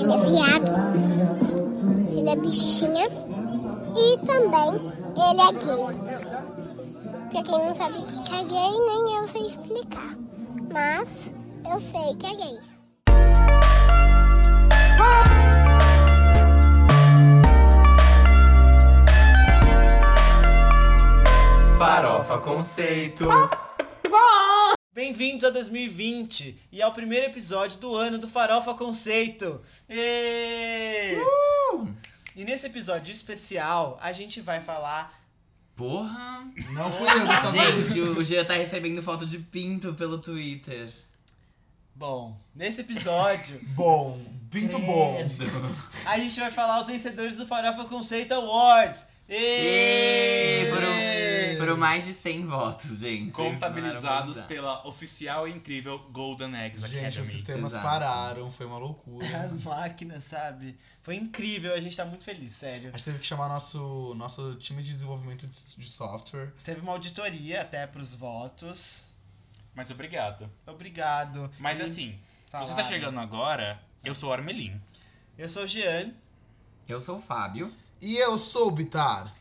Ele é viado. Ele é bichinha. E também ele é gay. Pra quem não sabe o que é gay, nem eu sei explicar. Mas eu sei que é gay. Farofa Conceito. Bem-vindos a 2020 e ao primeiro episódio do ano do Farofa Conceito. Ê! Uh! E nesse episódio especial, a gente vai falar. Porra! Não fui eu dessa vez. Gente, o Jean tá recebendo foto de pinto pelo Twitter. Bom, nesse episódio, É. Bom, pinto bom. a gente vai falar os vencedores do Farofa Conceito Awards. E É. Ê! por, por mais de 100 votos, gente. Contabilizados Maravilhoso. pela oficial e incrível Golden Eggs Gente, os Academy. sistemas Exato. pararam, foi uma loucura. As máquinas, sabe? Foi incrível, a gente tá muito feliz, sério. A gente teve que chamar nosso, nosso time de desenvolvimento de, de software. Teve uma auditoria até pros votos. Mas obrigado. Obrigado. Mas E assim, se você falaram. tá chegando agora, eu sou o Armelin. Eu sou o Jean. Eu sou o Fábio. E eu sou o Bitar.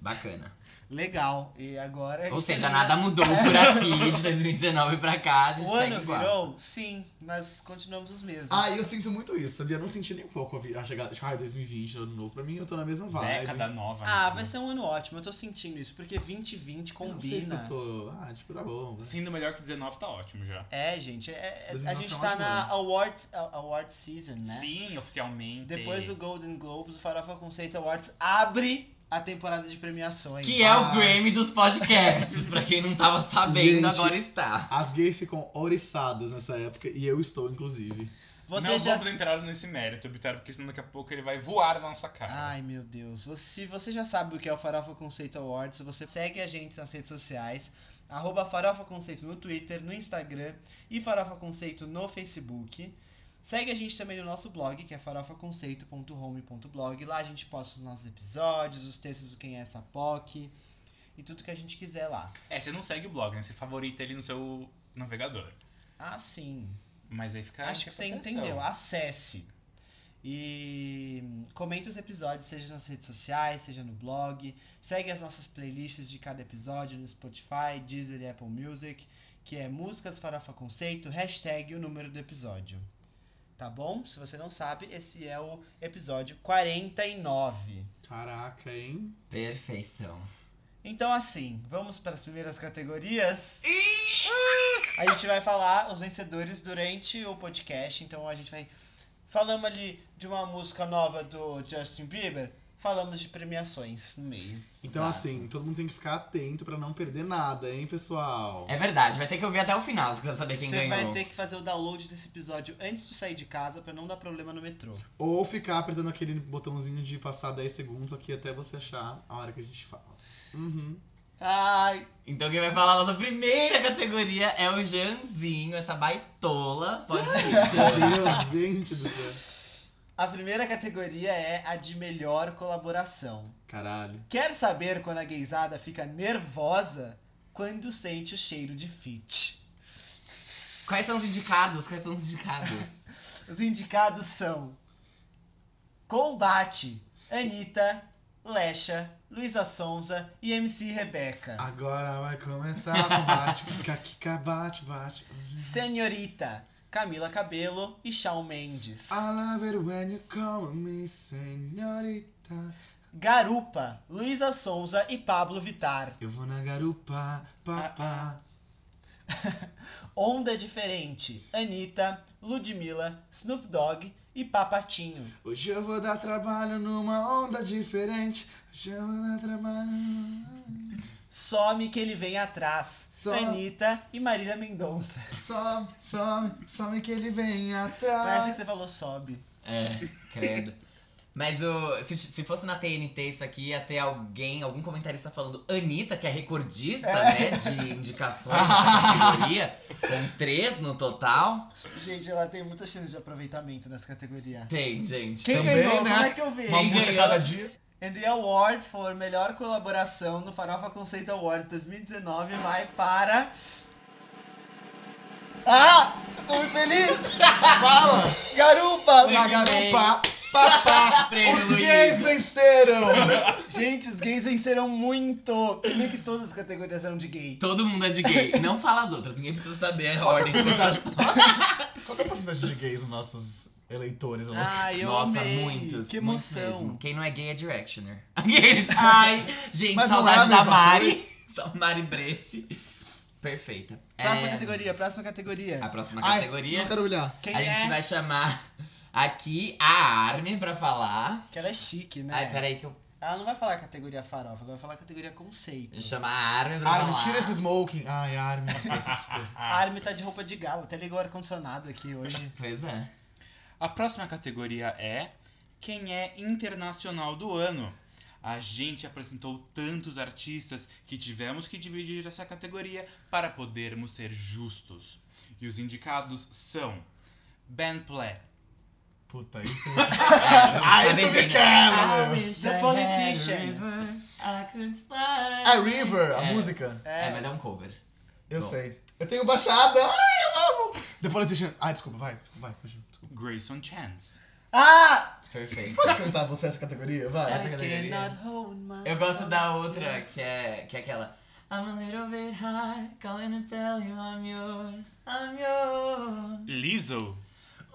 Bacana. Legal. E agora. É, a Ou gente tá seja, jogando- nada mudou por aqui de 2019 pra cá. A gente O segue ano igual. virou? Sim, mas continuamos os mesmos. Ah, eu sinto muito isso, sabia? Eu não senti nem um pouco a, vi- a chegada. Tipo, ai, 2020, ano novo. Pra mim, eu tô na mesma vibe. Década nova. Ah, né? vai ser um ano ótimo, eu tô sentindo isso, porque 2020 Eu Não sei se combina. eu tô... Ah, tipo, tá bom. né? Sendo melhor que 19 tá ótimo já. É, gente, é- é- a 2019 gente é um tá ótimo na ano. awards, a- award season, né? Sim, oficialmente. Depois do Golden Globes, o Farofa Conceito Awards abre a temporada de premiações. Que é o Ah. Grammy dos podcasts, pra quem não tava sabendo, Gente. agora está. As gays ficam oriçadas nessa época, e eu estou, inclusive. Você não já... vamos entrar nesse mérito, Bitar, porque senão daqui a pouco ele vai voar na nossa cara. Ai, meu Deus. Você- Se você já sabe o que é o Farofa Conceito Awards, você segue a gente nas redes sociais, arroba Farofa Conceito no Twitter, no Instagram e Farofa Conceito no Facebook. Segue a gente também no nosso blog, que é farofaconceito.home.blog. Lá a gente posta os nossos episódios, os textos do Quem é essa POC e tudo que a gente quiser lá. É, você não segue o blog, né? Você favorita ele no seu navegador. Ah, sim. Mas aí fica. Acho fica que você proteção. entendeu. Acesse. E comenta os episódios, seja nas redes sociais, seja no blog. Segue as nossas playlists de cada episódio no Spotify, Deezer e Apple Music, que é Músicas Farofa Conceito, hashtag e o número do episódio. Tá bom? Se você não sabe, esse é o episódio 49. Caraca, hein? Perfeição. Então, assim, vamos para as primeiras categorias. A gente vai falar os vencedores durante o podcast. Então, a gente vai. Falamos ali de uma música nova do Justin Bieber. Falamos de premiações no meio. Então, Tá. assim, todo mundo tem que ficar atento pra não perder nada, hein, pessoal? É verdade, vai ter que ouvir até o final se quiser saber quem Você ganhou. vai ter que fazer o download desse episódio antes de sair de casa para não dar problema no metrô. Ou ficar apertando aquele botãozinho de passar 10 segundos aqui até você achar a hora que a gente fala. Uhum. Ai, Então quem vai falar a nossa primeira categoria é o Janzinho, essa baitola. Pode ir. Jean. Meu Deus, gente do céu. a primeira categoria é a de melhor colaboração. Caralho. Quer saber quando a gaysada fica nervosa? Quando sente o cheiro de fit. Quais são os indicados? Quais são os indicados? Os indicados são Combate, Anitta, Lecha, Luísa Sonza e MC Rebeca. Agora vai começar o bate, kika, kika, bate, bate. Senhorita, Camila Cabelo e Shawn Mendes. I love it when you call me senhorita. Garupa, Luísa Sonza e Pablo Vitar. Eu vou na garupa, papá. Onda Diferente, Anitta, Ludmilla, Snoop Dogg e Papatinho. Hoje eu vou dar trabalho numa onda diferente. Hoje eu vou dar trabalho. Some que ele vem atrás. Só- Anitta e Marília Mendonça. Some, some, some que ele vem Parece que atrás. você falou sobe. É, credo. Mas o, se, se fosse na TNT isso aqui, ia ter alguém, algum comentarista falando Anitta, que é recordista, né, de indicações nessa categoria, com três no total. Gente, ela tem muita chance de aproveitamento nessa categoria. Tem, gente. Então, Quem Também, ganhou? né? Como é que eu vejo? Uma música ganhou? cada dia. And the award for melhor colaboração no Farofa Conceito Awards 2019 vai para Ah! Tô muito feliz! Fala! Garupa! Na garupa! Papá! Prêmio Os Luiz. gays venceram! Gente, os gays venceram muito! Primeiro que todas as categorias eram de gay. Todo mundo é de gay. Não fala as outras, ninguém precisa saber a ordem que você tá Qual que é a porcentagem de gays nos nossos eleitores? Ah, eu Nossa, amei. muitos. Que muitos emoção. mesmo. Quem não é gay é directioner. Aqueles- Ai, gente, Mas não é a saudade da mesma Mari. Sa- Mari Bresse. Perfeita. Próxima É, categoria, próxima categoria. A próxima Ai, categoria. Não quero olhar. Quem a é? gente vai chamar aqui a Armin pra falar. Que ela é chique, né? Ai, peraí que eu. Ela não vai falar categoria farofa, ela vai falar categoria conceito. Chamar a Armin pra Armin, falar. tira esse smoking. Ai, Armin. A Armin tá de roupa de galo, até ligou o ar-condicionado aqui hoje. Pois é. A próxima categoria é Quem é Internacional do Ano. A gente apresentou tantos artistas que tivemos que dividir essa categoria para podermos ser justos. E os indicados são Ben Platt, Puta, isso... é- Ai, Ai, Tá tu me quebra, meu. The Politician. A River, a É. música. É, mas é um cover. Eu Bom. sei. Eu tenho baixada. Ai, eu amo. The Politician. Ai, desculpa, vai. Vai, continua. Desculpa. Grayson Chance, Ah! Perfeito. Pode cantar você essa categoria? Essa Vai. é I categoria. cannot hold my Eu gosto da own. outra, que é, que é aquela. I'm a little bit high, calling to tell you I'm yours, I'm yours. Lizzo,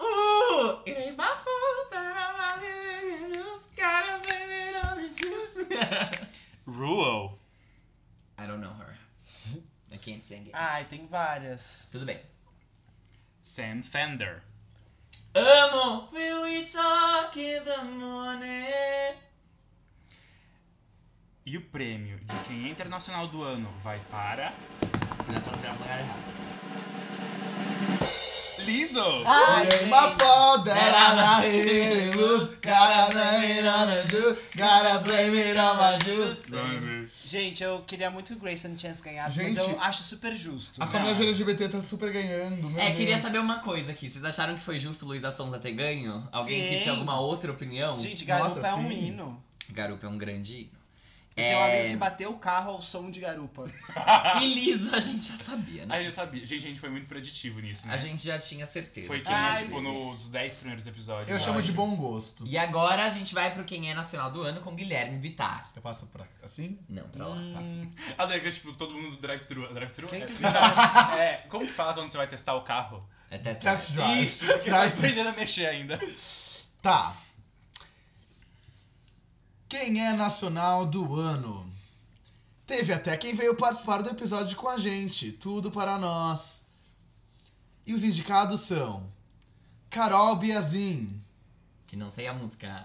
Uh! It ain't my fault that I'm out here in the news, gotta blame it on the juice. Ruel, I don't know her. I can't sing it. Ai, tem várias. Tudo bem. Sam Fender, Amo! Will we talk in the morning? E o prêmio de quem é internacional do ano vai para Dá pra entrar no lugar errado. Lizzo! Ai, You're gente. my fault that I'm out here in loose. Gotta blame it on the juice. Gotta blame it on my juice. Gente, eu queria muito que o Grayson Chance ganhasse, mas Gente. eu acho super justo. A comunidade LGBT tá super ganhando, né? Né? meu Uhum. É, Deus. queria saber uma coisa aqui. Vocês acharam que foi justo o Luiz Sonza ter ganho? Alguém que Sim. tinha alguma outra opinião? Gente, garupa Nossa, é um sim. hino. Garupa é um grande hino. E tem um amigo É, que bateu o carro ao som de garupa. E liso a gente já sabia, né? Ah. Aí eu sabia. Gente, a gente foi muito preditivo nisso, né? A gente já tinha certeza. Foi que quem, ia Ai, tipo, ser. nos 10 primeiros episódios. Eu chamo de acho. bom gosto. E agora a gente vai pro Quem é Nacional do Ano com Guilherme Bittar. Eu passo pra assim? Não, pra lá. tá? Hum, Ah, daí que é tipo todo mundo do drive-thru. Drive-thru? Quem que é, é, como que fala quando você vai testar o carro? É test drive. Test drive. Isso, porque tá Drive-thru. aprendendo a mexer ainda. Tá. Quem é nacional do ano? Teve até quem veio participar do episódio com a gente. Tudo para nós. E os indicados são Carol Biazin, Que não sei a música.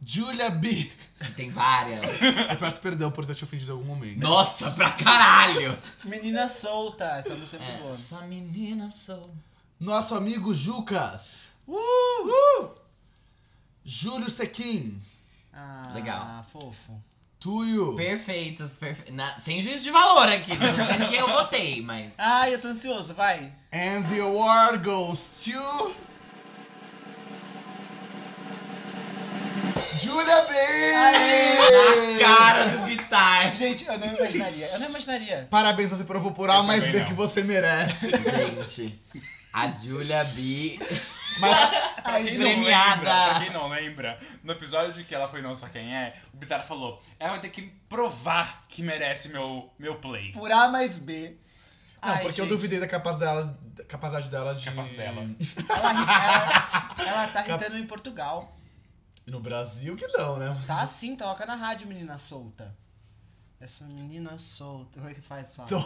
Julia B. Tem várias. Eu peço perdão por ter te ofendido em algum momento. Nossa, pra caralho! Menina solta, essa música é É, muito boa. essa menina sou. Nosso amigo Jucas, É. Uh! Júlio Sequim, Ah, Legal. fofo. Tuyo, Perfeitas, perfeitas. Sem juízo de valor aqui. Não tô dizendo quem eu votei, mas. Ai, eu tô ansioso, vai. and the award goes to. Julia B! Aê! Cara do Bittar. Gente, eu não imaginaria. Eu não imaginaria. Parabéns, você provou por A Eu mais também B não. que você merece. Gente, a Julia B. Mas Ai, Quem gente, não Premiada. lembra, pra quem não lembra, no episódio de que ela foi não só quem é, o Bitar falou, ela vai ter que provar que merece meu, meu Tá, play. por A mais B. não, Ai, porque eu gente, duvidei da capaz dela, da capacidade dela de. Capaz dela. Ela, ela, ela tá Cap- irritando em Portugal. No Brasil que não, né? Tá assim, toca na rádio, menina solta. Essa menina solta. Como é que faz? Fala. Tô-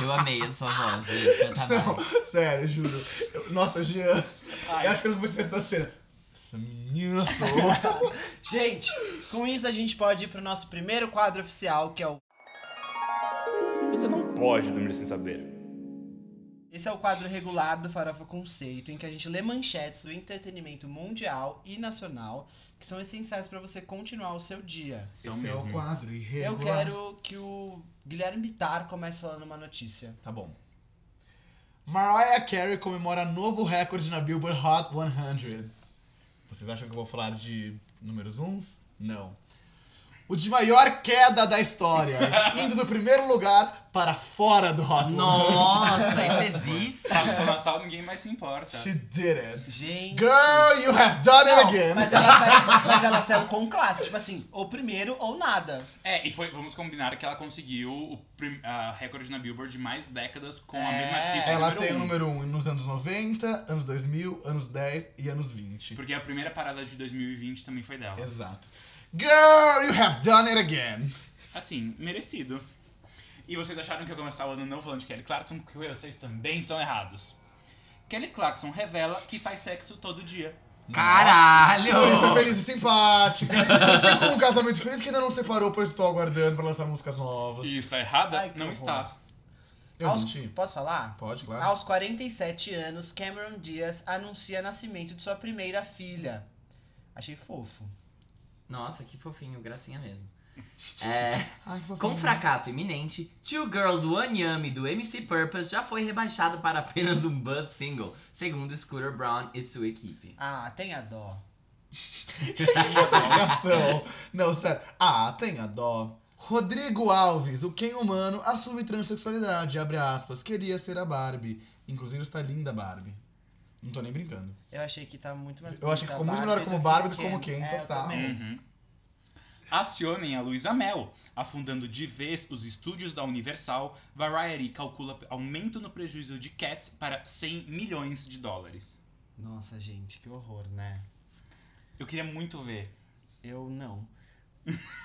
Eu amei a sua voz, gente. Canta Não, mais. sério, juro. Eu- nossa, Jean, Ai, eu acho que eu não consigo essa cena. Essa menina sou. Gente, com isso a gente pode ir pro nosso primeiro quadro oficial, que é o. Você não pode dormir sem saber. Esse é o quadro regular do Farofa Conceito, em que a gente lê manchetes do entretenimento mundial e nacional que são essenciais pra você continuar o seu dia. são Esse é o mesmo. quadro irregular. Eu quero que o Guilherme Bittar comece falando uma notícia. Tá bom. Mariah Carey comemora novo recorde na Billboard Hot 100. Vocês acham que eu vou falar de números uns? Não. O de maior queda da história. Indo do primeiro lugar para fora do Hot 100. Nossa, isso é existe? Passou o Natal, ninguém mais se importa. She did it. Gente. Girl, you have done Não, it again. mas, ela saiu, mas ela saiu com classe, tipo assim, ou primeiro ou nada. É, e foi, vamos combinar que ela conseguiu o prim- a recorde na Billboard de mais décadas com a É, mesma artista Ela número tem um. o número 1 um nos anos 90, anos 2000, anos 10 e anos 20. Porque a primeira parada de 2020 também foi dela. Exato. Girl, you have done it again. Assim, merecido. E vocês acharam que eu começava o ano não falando de Kelly Clarkson, porque vocês também estão errados. Kelly Clarkson revela que faz sexo todo dia. Caralho! Por isso é feliz e simpática. E com um casamento feliz que ainda não separou, pois estou aguardando para lançar músicas novas. E está errada? Ai, que não horror. está. Eu Aos- menti. posso falar? Pode, claro. Aos 47 anos, Cameron Diaz anuncia nascimento de sua primeira filha. Achei fofo. Nossa, que fofinho, gracinha mesmo. É, Ai, que fofinho. com fracasso iminente, Two Girls One Yummy do MC Purpose já foi rebaixado para apenas um buzz single, segundo Scooter Brown e sua equipe. Ah, tenha dó. Essa explicação. Não, sério. Ah, tenha dó. Rodrigo Alves, o quem humano, assume transexualidade, abre aspas, queria ser a Barbie. Inclusive está linda a Barbie. Não tô nem brincando. Eu achei que tá muito mais Eu acho que bonita ficou muito a melhor como Barbie do que como Ken. Ken, É, eu total. também. Uhum. Acionem a Luísa Mel. Afundando de vez os estúdios da Universal, Variety calcula aumento no prejuízo de Cats para 100 milhões de dólares. Nossa, gente, que horror, né? Eu queria muito ver. Eu não.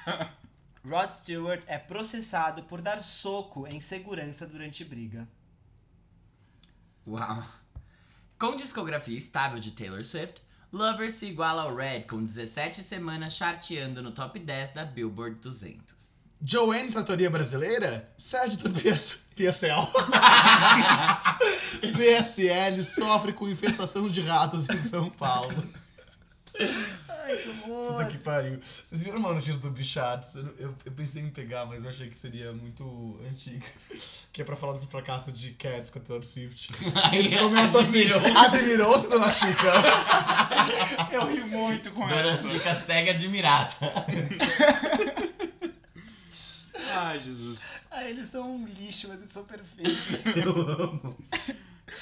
Rod Stewart é processado por dar soco em segurança durante briga. Uau! Com discografia estável de Taylor Swift, Lover se iguala ao Red com 17 semanas charteando no top 10 da Billboard 200. Joanne Tratoria Brasileira? Sérgio do PS... PSL. PSL sofre com infestação de ratos em São Paulo. Ai, que horror! Puta que pariu. Vocês viram uma notícia do Bichatos? Eu, eu- eu pensei em pegar, mas eu achei que seria muito antiga. Que é pra falar do fracasso de Cats com a Taylor Swift. Aí Começa assim, admirou. admirou-se Dona Chica. Eu ri muito com Dona essa. Chica segue admirada. Ai, Jesus. Ah, eles são um lixo, mas eles são perfeitos.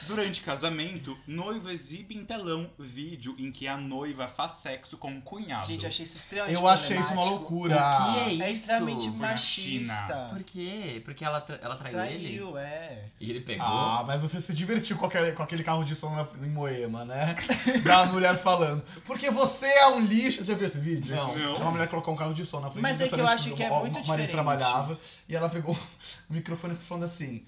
Durante casamento, noivo exibe em telão vídeo em que a noiva faz sexo com o cunhado. Gente, eu achei isso extremamente Eu achei isso uma problemático. loucura. O que é isso? É extremamente na machista. Por quê? Porque ela, tra- ela traiu, ele? Traiu, é. E ele pegou? Ah, mas você se divertiu com aquele, com aquele carro de som na, em Moema, né? Da mulher falando. Porque você é um lixo. Você já viu esse vídeo? Não. É uma mulher colocou um carro de som na frente Mas do é que eu restaurante acho do- que é o- o muito marido diferente. trabalhava e ela pegou o microfone falando assim.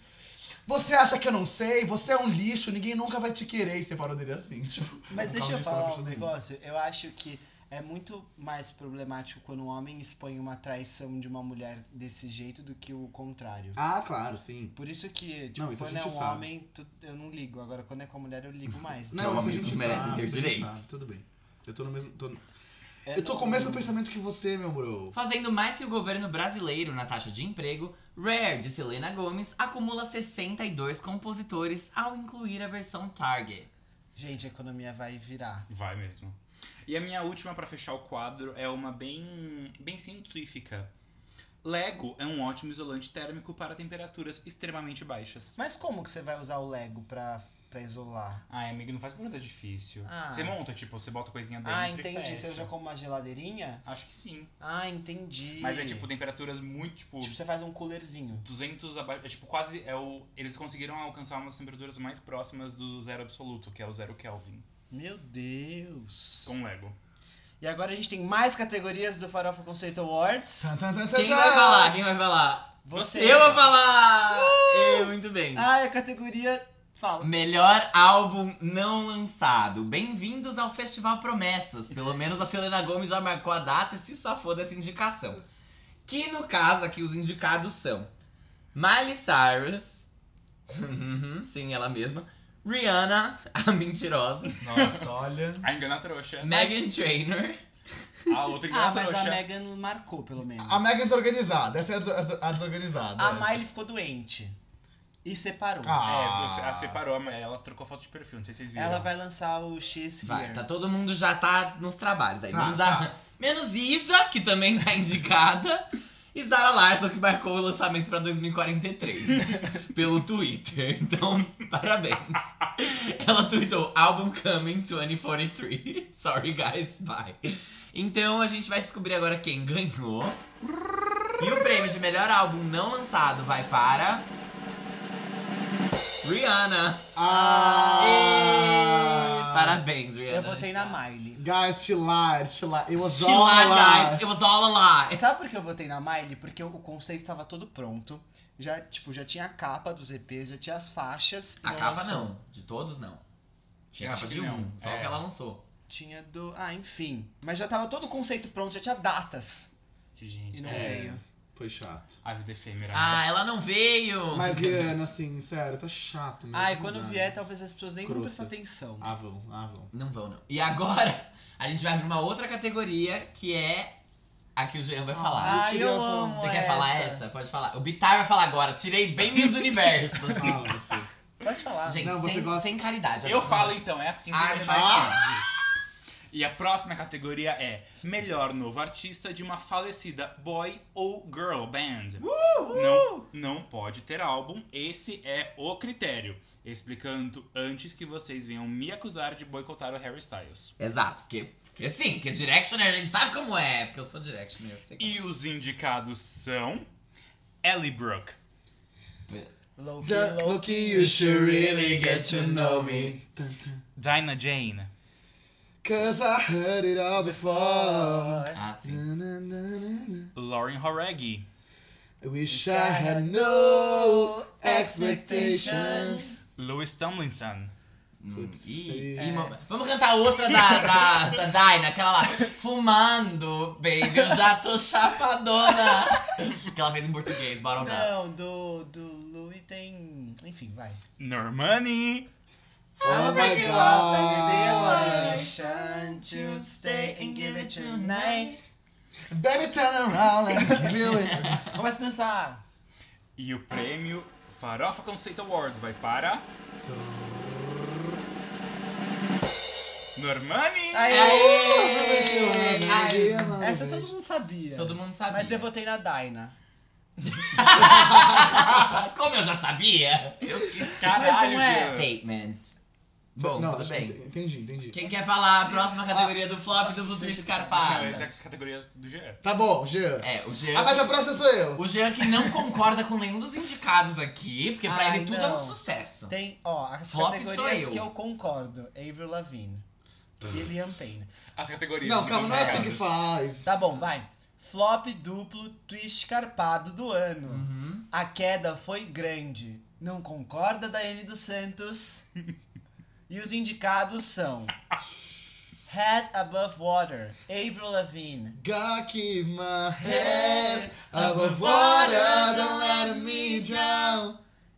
Você acha que eu não sei? Você é um lixo, ninguém nunca vai te querer. E você parou dele assim, tipo. Mas um deixa carro eu de som na falar frente um do- negócio. Eu acho que é muito mais problemático quando um homem expõe uma traição de uma mulher desse jeito do que o contrário. Ah, claro, sim. Por isso que, tipo, Não, isso a quando é gente um sabe. homem, tu- eu não ligo. Agora, quando é com a mulher, eu ligo mais. Não, isso a homens gente não merecem sabe, ter isso a gente direitos. sabe, Tudo bem. Eu tô no mesmo. tô- É, Eu tô não, com o mesmo não. pensamento que você, meu bro. Fazendo mais que o governo brasileiro na taxa de emprego, Rare, de Selena Gomes, acumula 62 compositores ao incluir a versão Target. Gente, a economia vai virar. Vai mesmo. E a minha última pra fechar o quadro é uma bem, bem científica. Lego é um ótimo isolante térmico para temperaturas extremamente baixas. Mas como que você vai usar o Lego pra, pra isolar? Ai, amigo, não faz pergunta difícil. Ah. Você monta, tipo, você bota coisinha dentro Ah, e entendi. fecha. Você usa como uma geladeirinha? Acho que sim. Ah, entendi. Mas é, tipo, temperaturas muito, tipo... Tipo, você faz um coolerzinho. 200 abaixo, é tipo quase, é o, eles conseguiram alcançar umas temperaturas mais próximas do zero absoluto, que é o zero Kelvin, Meu Deus. Então, com um Lego. E agora a gente tem mais categorias do Farofa Conceito Awards. Tan, tan, tan, tan, Quem tan. vai falar? Quem vai falar? Você. Eu vou falar! Eu, muito bem. Ah, é a categoria. Fala. Melhor álbum não lançado. Bem-vindos ao Festival Promessas. Pelo menos a Selena Gomes já marcou a data e se safou dessa indicação. Que no caso aqui os indicados são Miley Cyrus, uhum, sim, ela mesma, Rihanna, a mentirosa, Nossa, olha. A engana trouxa. Megan Trainor, A outra engana Ah, mas a trouxa. Megan marcou, pelo menos. A Megan é desorganizada, essa é a des- a desorganizada. A Miley ficou doente. E separou. Ah. É, você- ela separou, mas ela trocou foto de perfil, não sei se vocês viram. Ela vai lançar o X Vai, Here. tá, todo mundo já tá nos trabalhos aí. Tá, menos, a- menos Isa, que também tá indicada. E Zara Larson, que marcou o lançamento pra 2043 pelo Twitter. Então, parabéns. Ela tweetou: Album coming 2043. Sorry, guys, bye. Então, a gente vai descobrir agora quem ganhou. E o prêmio de melhor álbum não lançado vai para. Rihanna! Ê, Ah! Parabéns, Rihanna. Eu votei na Miley. Guys, chilar, chilar. It was She all a lied, lie. guys. It was all a lie. Sabe por que eu votei na Miley? Porque o conceito tava todo pronto. Já, tipo, já tinha a capa dos EPs, já tinha as faixas. A capa lançou. não. De todos, não. Tinha Capa capa de que não. um. Só É. que ela lançou. Tinha do. Ah, enfim. Mas já tava todo o conceito pronto, já tinha datas. Gente, E não é, veio. Foi chato. A vida é efêmera. Ah, ela não veio. É. Mas, Rihanna, assim, sério, tá chato mesmo. Ah, e quando né? vier, talvez as pessoas nem vão Croto. prestar atenção. Ah, vão, ah, vão. Não vão, não. E agora, a gente vai pra uma outra categoria, que é a que o Jean vai falar. Ah, eu amo. Você quer falar essa? Pode falar. O Bitar vai falar agora. Tirei bem Miss Universo. Fala você. Pode falar. Gente, Não, você sem, gosta- sem caridade. Eu agora. falo então, é assim que a gente vai Ah! decidir. E a próxima categoria é Melhor Novo Artista de uma falecida boy ou girl band. Não, não pode ter álbum, esse é o critério. Explicando antes que vocês venham me acusar de boicotar o Harry Styles. Exato, porque, porque assim, porque Directioner a gente sabe como é. Porque eu sou Directioner, eu sei como é. E os indicados são Ellie Brooke, Low The key, low look you should really get to know me. Tum, tum. Dinah Jane, Cause I heard it all before. key. Ah, sim. Na, na, na, na, na. Lauren Horegi, I wish I had no expectations. Louis Tomlinson, Hum, Putz, ih, aí- é ih, mo- Vamos cantar outra da, da, da Daina, aquela lá. Fumando, baby, eu já tô chapadona. que ela fez em português, bottom up. Não, do, do Louis tem. Enfim, vai. Normani, Oh my break you god. to stay and give it tonight. Baby, turn around and give it. Começa a dançar. E o prêmio Farofa Conceito Awards vai para. Normani! Aê! Aê! é Essa todo mundo sabia. Todo mundo sabia. Mas eu votei na Daina. Como eu já sabia? Caralho, Mas não é. Jean. Statement. Bom, Não, tudo acho bem. que ent- entendi, entendi. Quem quer falar a próxima categoria do flop do Blue deixa Não, eu- Scarpada? Essa é a categoria do Jean. Tá bom, Jean. É, o Jean. Ah, mas a próxima sou eu. O Jean que não concorda com nenhum dos indicados aqui, porque pra Ai, ele tudo é não. um sucesso. Tem, ó, as Flop categorias sou eu. que eu concordo. Avril Lavigne e Liam Payne. As categorias. Não, dos calma, não é assim que indicados. faz. Tá bom, vai. Flop duplo twist carpado do ano. Uhum. A queda foi grande. Não concorda, Daiane dos Santos? e os indicados são... Head Above Water, Avril Lavigne. God keep my head above water, don't let me drown.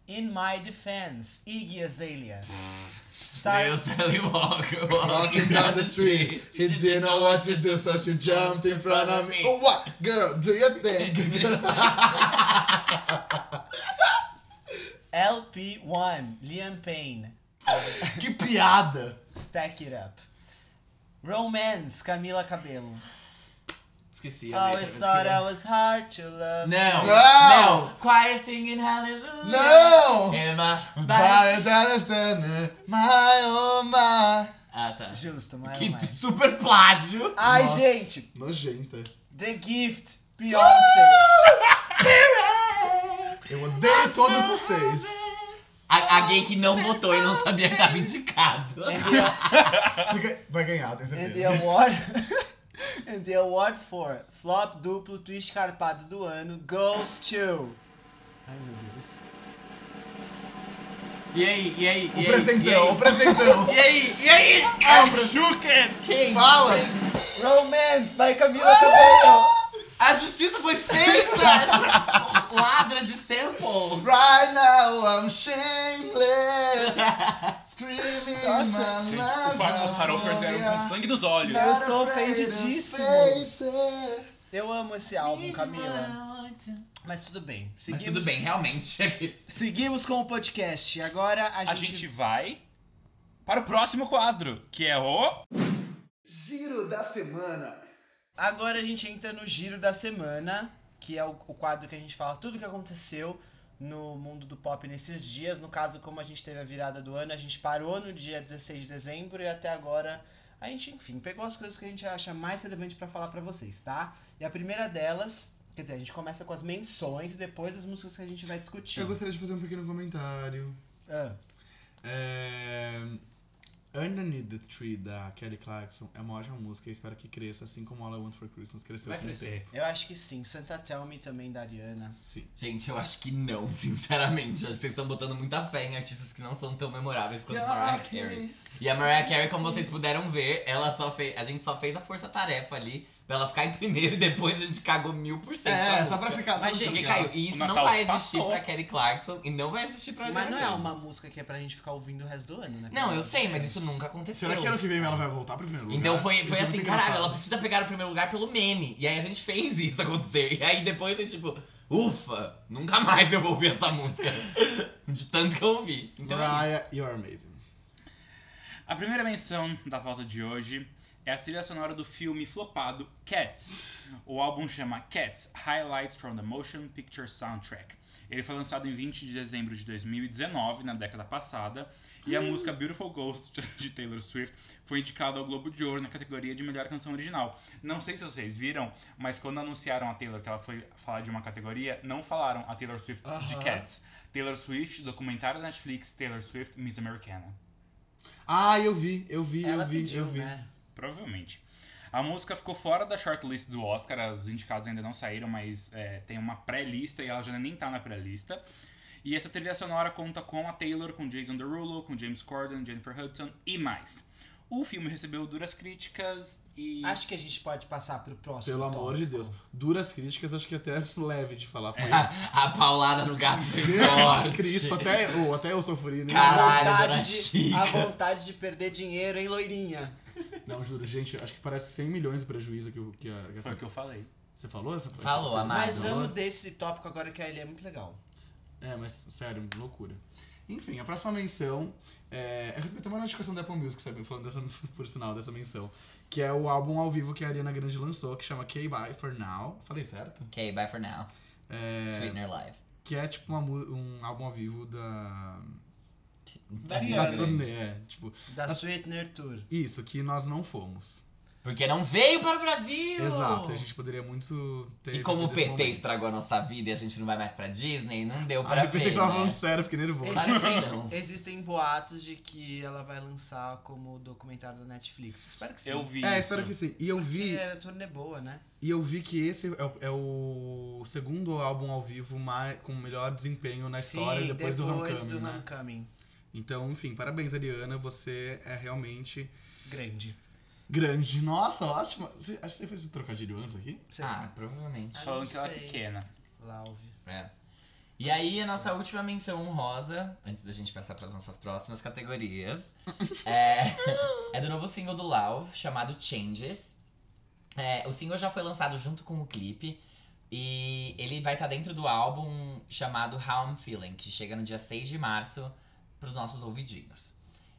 In My Defense, Iggy Azalea. Meu Tá. Star... Sally Walker Walking tá down the street, he didn't know what to do, so she jumped in front of me. Oh, what? Girl, do your thing. LP1, Liam Payne. que piada. Stack It Up. Romance, Camila Cabello. Esqueci a letra, Né? Always thought I esqueci. was hard to love. Não, Não! não. Choir singing hallelujah. Não! Emma, vai. Body, da, da, da, My, oh, my. Ah, tá. Justo, mas Que não é. super plágio. Ai, Nossa. gente. Nojenta. The Gift, Beyoncé. Ah, Eu odeio Tá todos vocês. A, a gay que não votou e não sabia que tava indicado. and, the, Você ga- Vai ganhar, tenho and the certeza. award... and the award for Flop Duplo Twist Carpado do Ano goes to... Ai, meu Deus. E aí, e aí, e O aí? presentão, o presentão. E aí, e aí? E aí? Quem? Fala! Romance, by Camila Cabello. A justiça foi feita! Essa Ladra de samples. Right now I'm shameless. Screaming Nossa. my Gente, life o um Fábio dos Farofers out. eram com sangue dos olhos. Não. Eu estou Afraid of ofendidíssimo. faces. Eu amo esse álbum, Camila. Mas tudo bem. Mas né? tudo bem, realmente. é Seguimos com o podcast. Agora a, A gente vai para o próximo quadro, que é o. Giro da semana. Agora a gente entra no giro da semana, que é o, o quadro que a gente fala tudo o que aconteceu no mundo do pop nesses dias. No caso, como a gente teve a virada do ano, a gente parou no dia 16 de dezembro e até agora a gente, enfim, pegou as coisas que a gente acha mais relevante pra falar pra vocês, tá? E a primeira delas, quer dizer, a gente começa com as menções e depois as músicas que a gente vai discutir. Eu gostaria de fazer um pequeno comentário. Ah, É... Underneath the Tree, da Kelly Clarkson, é uma ótima música e espero que cresça, assim como All I Want for Christmas cresceu Vai com o crescer. eu acho que sim. Santa Tell Me também, da Ariana. tempo. Sim. Gente, eu acho que não, sinceramente. Eu acho que vocês estão botando muita fé em artistas que não são tão memoráveis quanto Mariah Carey. E a Mariah Carey, como vocês puderam ver, ela só fez. A gente só fez a força-tarefa ali pra ela ficar em primeiro e depois a gente cagou mil por cento. com a É, só música. pra ficar... só Mas, pra gente, ficar- caiu. E isso O não Natal vai existir passou. pra Kelly Clarkson e não vai existir pra Mas Mariah não é Carey. uma música que é pra gente ficar ouvindo o resto do ano, né? Não, eu sei, mas isso nunca aconteceu. Será que ano que vem ela vai voltar pro primeiro lugar? Então foi, Eu foi sou assim, Ah, é muito caralho, engraçado. ela precisa pegar o primeiro lugar pelo meme. E aí a gente fez isso acontecer. E aí depois eu, tipo, ufa, nunca mais eu vou ouvir essa música. De tanto que eu ouvi. Então é isso. Mariah, you're amazing. A primeira menção da pauta de hoje é a trilha sonora do filme flopado Cats. O álbum chama Cats Highlights from the Motion Picture Soundtrack. Ele foi lançado em 20 de dezembro de 2019, na década passada, e a música Beautiful Ghost de Taylor Swift foi indicada ao Globo de Ouro na categoria de melhor canção original. Não sei se vocês viram, mas quando anunciaram a Taylor que ela foi falar de uma categoria, não falaram a Taylor Swift de Aham. Cats. Taylor Swift, documentário da Netflix, Taylor Swift, Miss Americana. Ah, eu vi, eu vi, Ela eu vi, pediu, eu vi. né? Provavelmente. A música ficou fora da shortlist do Oscar, os indicados ainda não saíram, mas é, tem uma pré-lista e ela já nem tá na pré-lista. E essa trilha sonora conta com a Taylor, com Jason Derulo, com James Corden, Jennifer Hudson e mais. O filme recebeu duras críticas e. Acho que a gente pode passar pro próximo. Pelo amor de Deus. tópico. Duras críticas, acho que até leve de falar. Foi A, a paulada no gato foi Deus Cristo, É. forte. até, ou até eu sofri, né? Caralho, a, dona vontade de, Chica. a vontade de perder dinheiro, hein, loirinha? Não, juro, gente, acho que parece 100 milhões o prejuízo que, o- que, a, que Foi essa... o que eu falei. Você falou essa Falou, essa- amado. Mas Amado. vamos desse tópico agora que ele é muito legal. É, mas sério, loucura. Enfim, a próxima menção é. Eu recebi até uma notificação da Apple Music, sabe? Falando dessa, por sinal dessa menção. Que é o álbum ao vivo que a Ariana Grande lançou, que chama K-Bye for Now. Falei certo? Ok, bye for now. É, Sweetener Live. que é tipo uma mu- um álbum ao vivo da. Ariana Da turnê. É, tipo, Da Sweetener Tour. isso, que nós não fomos. Porque não veio para o Brasil! Exato, a gente poderia muito ter. E como o PT evitado esse momento. estragou a nossa vida e a gente não vai mais pra Disney, não deu pra Ah, eu ver, pensei que você tava né? falando sério, fiquei nervoso. Claro que não. Existem boatos de que ela vai lançar como documentário da Netflix. Espero que sim. Eu vi. É, isso. espero que sim. E eu vi. Porque a turnê é boa, né? E eu vi que esse é o, é o segundo álbum ao vivo mai- com melhor desempenho na história sim, depois, do Homecoming, do né? Homecoming. Então, enfim, parabéns, Ariana. Você é realmente Grande. grande. Nossa, ótima. Você- acho que você fez esse trocadilho antes aqui. Sei Ah, lá. provavelmente. Ah, Falando não que ela é sei. pequena. Lauve. É. E aí, a nossa última menção honrosa, antes da gente passar para as nossas próximas categorias, é, é do novo single do Lau, chamado Changes. É, o single já foi lançado junto com o clipe, e ele vai estar dentro do álbum chamado How I'm Feeling, que chega no dia 6 de março para os nossos ouvidinhos.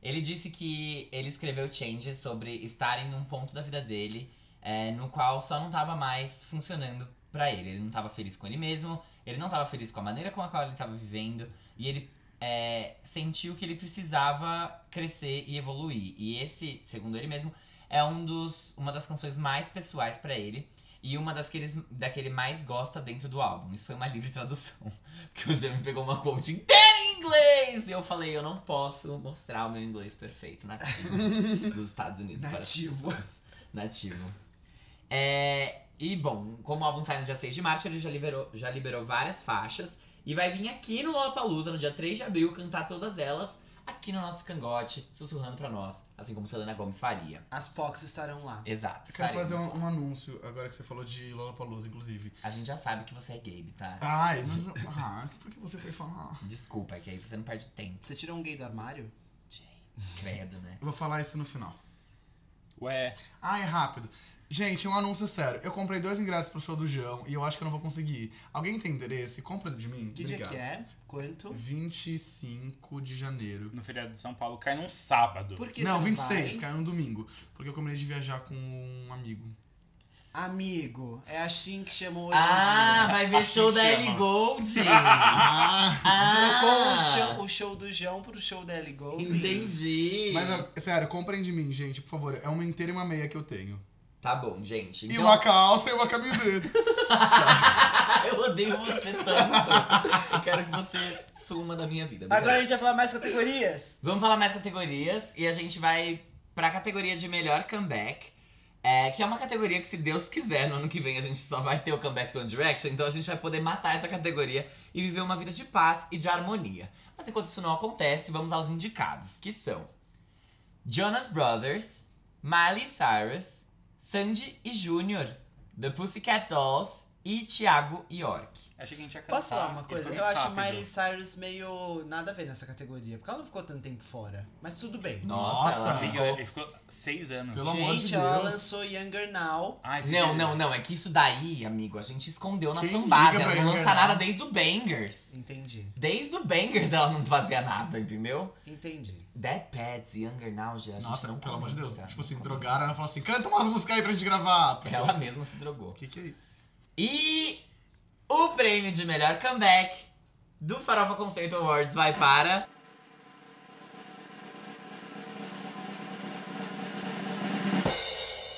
Ele disse que ele escreveu Changes sobre estar em um ponto da vida dele é, no qual só não tava mais funcionando pra ele. Ele não tava feliz com ele mesmo, ele não tava feliz com a maneira com a qual ele tava vivendo, e ele é, sentiu que ele precisava crescer e evoluir. E esse, segundo ele mesmo, é um dos, uma das canções mais pessoais pra ele. E uma das que ele, da que ele mais gosta dentro do álbum. Isso foi uma livre tradução. Porque o Jamie pegou uma quote inteira em inglês! E eu falei, eu não posso mostrar o meu inglês perfeito nativo dos Estados Unidos. para as Nativo. pessoas. Nativo. É, e bom, como o álbum sai no dia 6 de março, ele já liberou, já liberou várias faixas. E vai vir aqui no Lollapalooza, no dia 3 de abril, cantar todas elas aqui no nosso cangote, sussurrando pra nós. Assim como Selena Gomes faria. As Pox estarão lá. Exato. Eu quero estaremos fazer lá. um, um anúncio agora que você falou de Lollapalooza, inclusive. A gente já sabe que você é Gabe, tá? Ai, mas. Ah, por que você foi falar? Desculpa, é que aí você não perde tempo. Você tirou um gay do armário? Credo, né? Eu vou falar isso no final. Ué, Ah, é rápido. Gente, um anúncio sério. Eu comprei dois ingressos pro show do João e eu acho que eu não vou conseguir. ir. Alguém tem endereço? Compra de mim? Que dia Obrigado. que é? Quanto? 25 de janeiro. No feriado de São Paulo cai num sábado. Por que você não, não 26, vai? caiu no domingo. Porque eu combinei de viajar com um amigo. Amigo, é assim que chamam hoje Ah, em dia. vai ver Assim show que da chama. Ellie Gold. Ah! Trocou o ah, show, o show do João pro show da Ellie Gold. entendi. Mas, ó, sério, comprem de mim, gente, por favor. É uma inteira e uma meia que eu tenho. Tá bom, gente. E Então... uma calça e uma camiseta. eu odeio você tanto. Eu quero que você suma da minha vida. Agora a Obrigado. gente vai falar mais categorias. Vamos falar mais categorias e a gente vai pra categoria de melhor comeback. é, que é uma categoria que, se Deus quiser, no ano que vem a gente só vai ter o comeback do One Direction, então a gente vai poder matar essa categoria e viver uma vida de paz e de harmonia. Mas enquanto isso não acontece, vamos aos indicados, que são Jonas Brothers, Miley Cyrus, Sandy e Júnior, The Pussycat Dolls e Thiago York. Achei que a gente ia cantar. Posso falar uma e coisa? foi Eu muito acho rápido. Miley Cyrus meio nada a ver nessa categoria, porque ela não ficou tanto tempo fora. Mas tudo bem. Nossa, ela amiga, ficou- Ele ficou seis anos. Pelo amor de Gente, ela Deus. lançou Younger Now. Ah, esse Não, dia- não, não. É que isso daí, amigo, a gente escondeu na Quem fanbase. liga Ela pra não lança enganar? nada desde o Bangers. Entendi, Desde o Bangers ela não fazia nada, entendeu? entendi. Dead Pets, Younger Now, já. a gente Nossa, não pelo amor de Deus. comenta, Tipo assim, não comenta. drogaram, ela falou assim, canta umas músicas aí pra gente gravar. Porque... Ela mesma se drogou. O que que é isso? E o prêmio de melhor comeback do Farofa Conceito Awards vai para.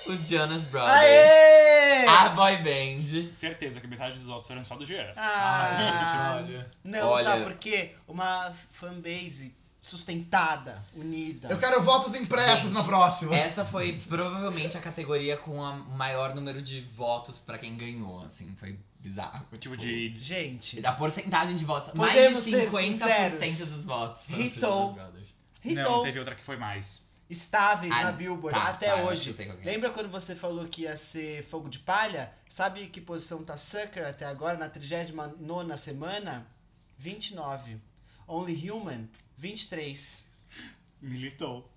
Os Jonas Brothers. Aê! A boy band. Certeza que metade dos votos foram só do Jean. Ah, Ai, gente, olha. não, Olha. sabe por quê? Uma fanbase sustentada, unida. Eu quero votos impressos Gente, na próxima. Essa foi provavelmente a categoria com o maior número de votos pra quem ganhou, assim, foi bizarro. O tipo de. Gente, A porcentagem de votos, Podemos ser mais de 50% sinceros. dos votos. foram Hitou. pro Jonas Brothers. Não, hitou teve outra que foi mais. estáveis Ah, na Billboard tá, até tá, eu hoje. sei qual que é. Lembra quando você falou que ia ser fogo de palha? Sabe que posição tá Sucker até agora, na 39 semana? 29. Only Human, 23. Militou.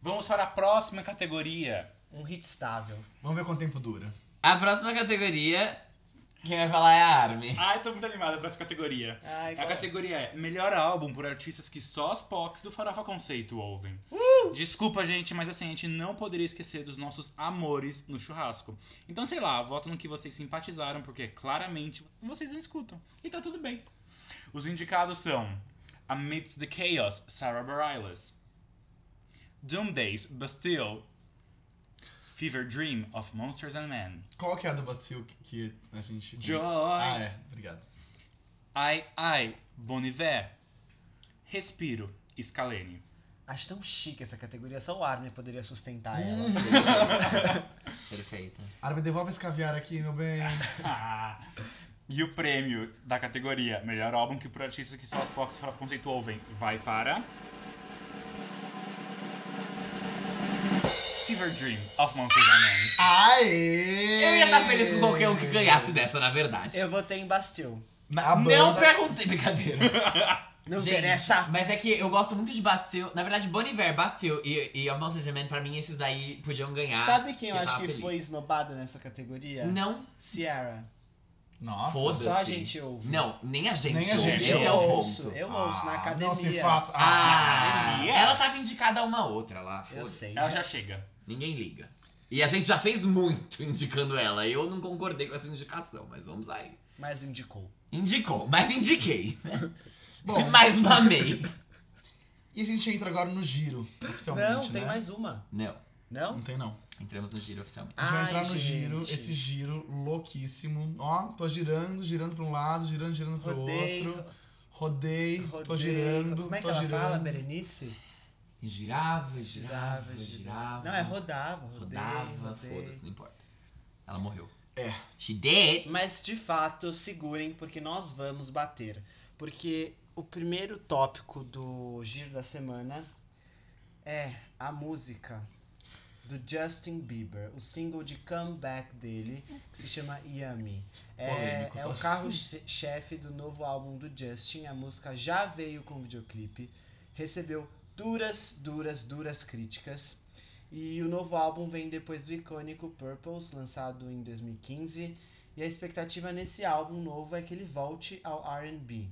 Vamos para a próxima categoria. Um hit estável. Vamos ver quanto tempo dura. A próxima categoria, quem vai falar é a Armin. Ai, tô muito animada pra essa categoria. Ai, A qual- categoria é Melhor Álbum por artistas que só as POCs do Farofa Conceito ouvem. Desculpa, gente, mas assim, a gente não poderia esquecer dos nossos amores no churrasco. Então, sei lá, voto no que vocês simpatizaram, porque claramente vocês não escutam. E tá tudo bem. Os indicados são Amidst the Chaos, Sarah Bareilles. Doomdays, Bastille. Fever Dream of Monsters and Men. Qual que é a do Bacil que- que a gente... Joy. Ah, é. Obrigado. Ai, ai, Bon Iver. Respiro, Scalene. Acho tão chique essa categoria, só o Armin poderia sustentar Hum. ela. Perfeita. Armin, Uhum. devolve esse caviar aqui, meu bem. Ah. E o prêmio da categoria Melhor Álbum que por artistas que só as Fox Farofa Conceito ouvem vai para... Fever Dream of Monsters and Men. Aê! Eu ia estar tá feliz com qualquer um que ganhasse dessa, na verdade. Eu votei em Bastille. Mas A não banda- perguntei, brincadeira. Não Gente, interessa. Mas é que eu gosto muito de Bastille. Na verdade, Bon Iver, Bastille e, e Among the Men, pra mim, esses daí podiam ganhar. Sabe quem eu que acho tava que feliz. foi esnobada nessa categoria? Não, Sierra. Nossa. Foda-se. Só a gente ouve. não, nem a gente. Nem a ouve, gente esse é o eu ponto. ouço, eu Ah, ouço na academia. Não se faça. Ah, academia? ela tava indicada a uma outra lá. Eu foda-se. sei. Ela já chega. Ninguém liga. E a gente já fez muito indicando ela. Eu não concordei com essa indicação, mas vamos aí. Mas indicou. Indicou, mas indiquei. Bom, mais mamei. e a gente entra agora no giro, oficialmente, Não, tem né? mais uma. Não, Não Não? tem, não. entramos no giro oficialmente. A gente vai Ai, entrar no gente. giro, esse giro louquíssimo. Ó, tô girando, girando pra um lado, girando, girando pro Rodeio. outro. Rodei, tô rodeio. girando, Como é que tô ela girando. fala, Berenice? Girava, girava, girava. Não, é rodava, rodeio, Rodava, rodeio. foda-se, não importa. Ela morreu. É. She did. Mas de fato, segurem, porque nós vamos bater. Porque o primeiro tópico do giro da semana é a música do Justin Bieber, o single de comeback dele, que se chama Yummy. É, Polêmico, é só. o carro-chefe do novo álbum do Justin. A música já veio com videoclipe, recebeu duras, duras, duras críticas. E o novo álbum vem depois do icônico Purples, lançado em 2015. E a expectativa nesse álbum novo é que ele volte ao RB.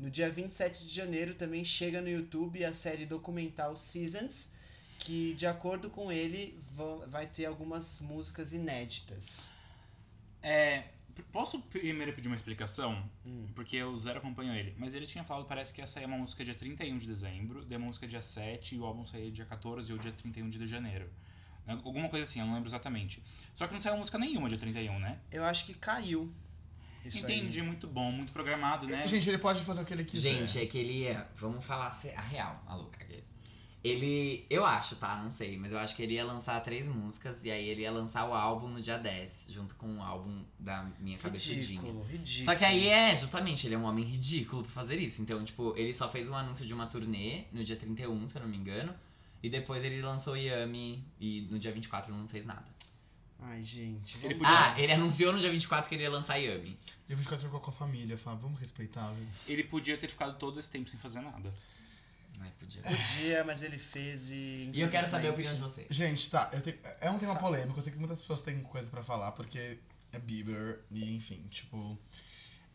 No dia 27 de janeiro também chega no YouTube a série documental Seasons, que de acordo com ele va- vai ter algumas músicas inéditas. É, p- posso primeiro pedir uma explicação? Hum. Porque eu zero acompanho ele. Mas ele tinha falado, parece que ia sair uma música dia 31 de dezembro, daí uma música dia 7 e o álbum saía dia 14 ou dia 31 de janeiro. Né, Alguma coisa assim, eu não lembro exatamente. Só que não saiu música nenhuma dia 31, né? Eu acho que caiu. Isso aí. Entendi, muito bom, muito programado, né? Gente, ele pode fazer o que ele quiser. Gente, é que ele ia. Vamos falar se- a real, maluca. que- é Ele. Eu acho, tá? Não sei, mas eu acho que ele ia lançar três músicas e aí ele ia lançar o álbum no dia 10, junto com o álbum da minha cabeçudinha. Ridículo, ridículo. Só que aí é, justamente, ele é um homem ridículo pra fazer isso. Então, tipo, ele só fez um anúncio de uma turnê no dia 31, se eu não me engano. E depois ele lançou Yami e no dia 24 não fez nada. Ai, gente. Ele vamos- podia- Ah, ele anunciou no dia 24 que ele ia lançar Yami. Dia 24 ficou com a família, Fábio. Vamos respeitar, viu? Ele podia ter ficado todo esse tempo sem fazer nada. Ai, podia. Podia, mas ele fez e. E eu quero saber a opinião de infelizmente- vocês. Gente, tá. eu tenho- É um tema Fala. polêmico. Eu sei que muitas pessoas têm coisa pra falar, porque é Bieber e enfim, tipo.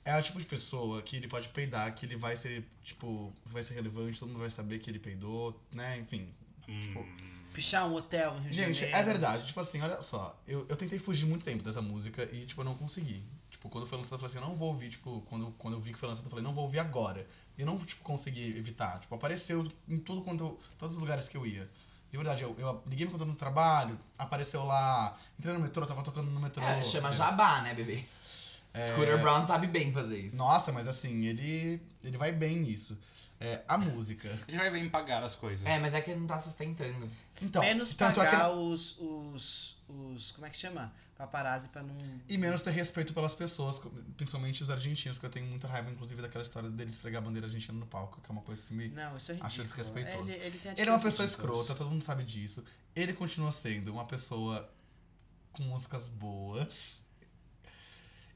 É o tipo de pessoa que ele pode peidar, que ele vai ser, tipo, vai ser relevante, todo mundo vai saber que ele peidou, né? Enfim. Tipo, Hum. Pichar um hotel no Rio de Gente, Janeiro. é verdade. Tipo assim, olha só. Eu, eu tentei fugir muito tempo dessa música e, tipo, eu não consegui. Tipo, quando foi lançada, eu falei assim, eu não vou ouvir. Tipo, quando, quando eu vi que foi lançada, eu falei, não vou ouvir agora. E eu não, tipo, consegui evitar. Tipo, apareceu em tudo quanto, todos os lugares que eu ia. De verdade, eu, eu liguei meu computador no trabalho, apareceu lá. Entrei no metrô, tava tocando no metrô. É, chama Deus. Jabá, né, bebê? É. Scooter Brown sabe bem fazer isso. Nossa, mas assim, ele, ele vai bem nisso. É, a música. Ele vai bem pagar as coisas. É, mas é que ele não tá sustentando. Então, menos tanto é que- pagar os, os. os. Como é que chama? Paparazzi pra não. E menos ter respeito pelas pessoas, co- principalmente os argentinos, porque eu tenho muita raiva, inclusive, daquela história dele esfregar a bandeira argentina no palco, que é uma coisa que me. Não, isso é Acho ridículo. desrespeitoso. Ele, ele, tem Ele é uma atitudes pessoa ridículas. escrota, todo mundo sabe disso. Ele continua sendo uma pessoa com músicas boas.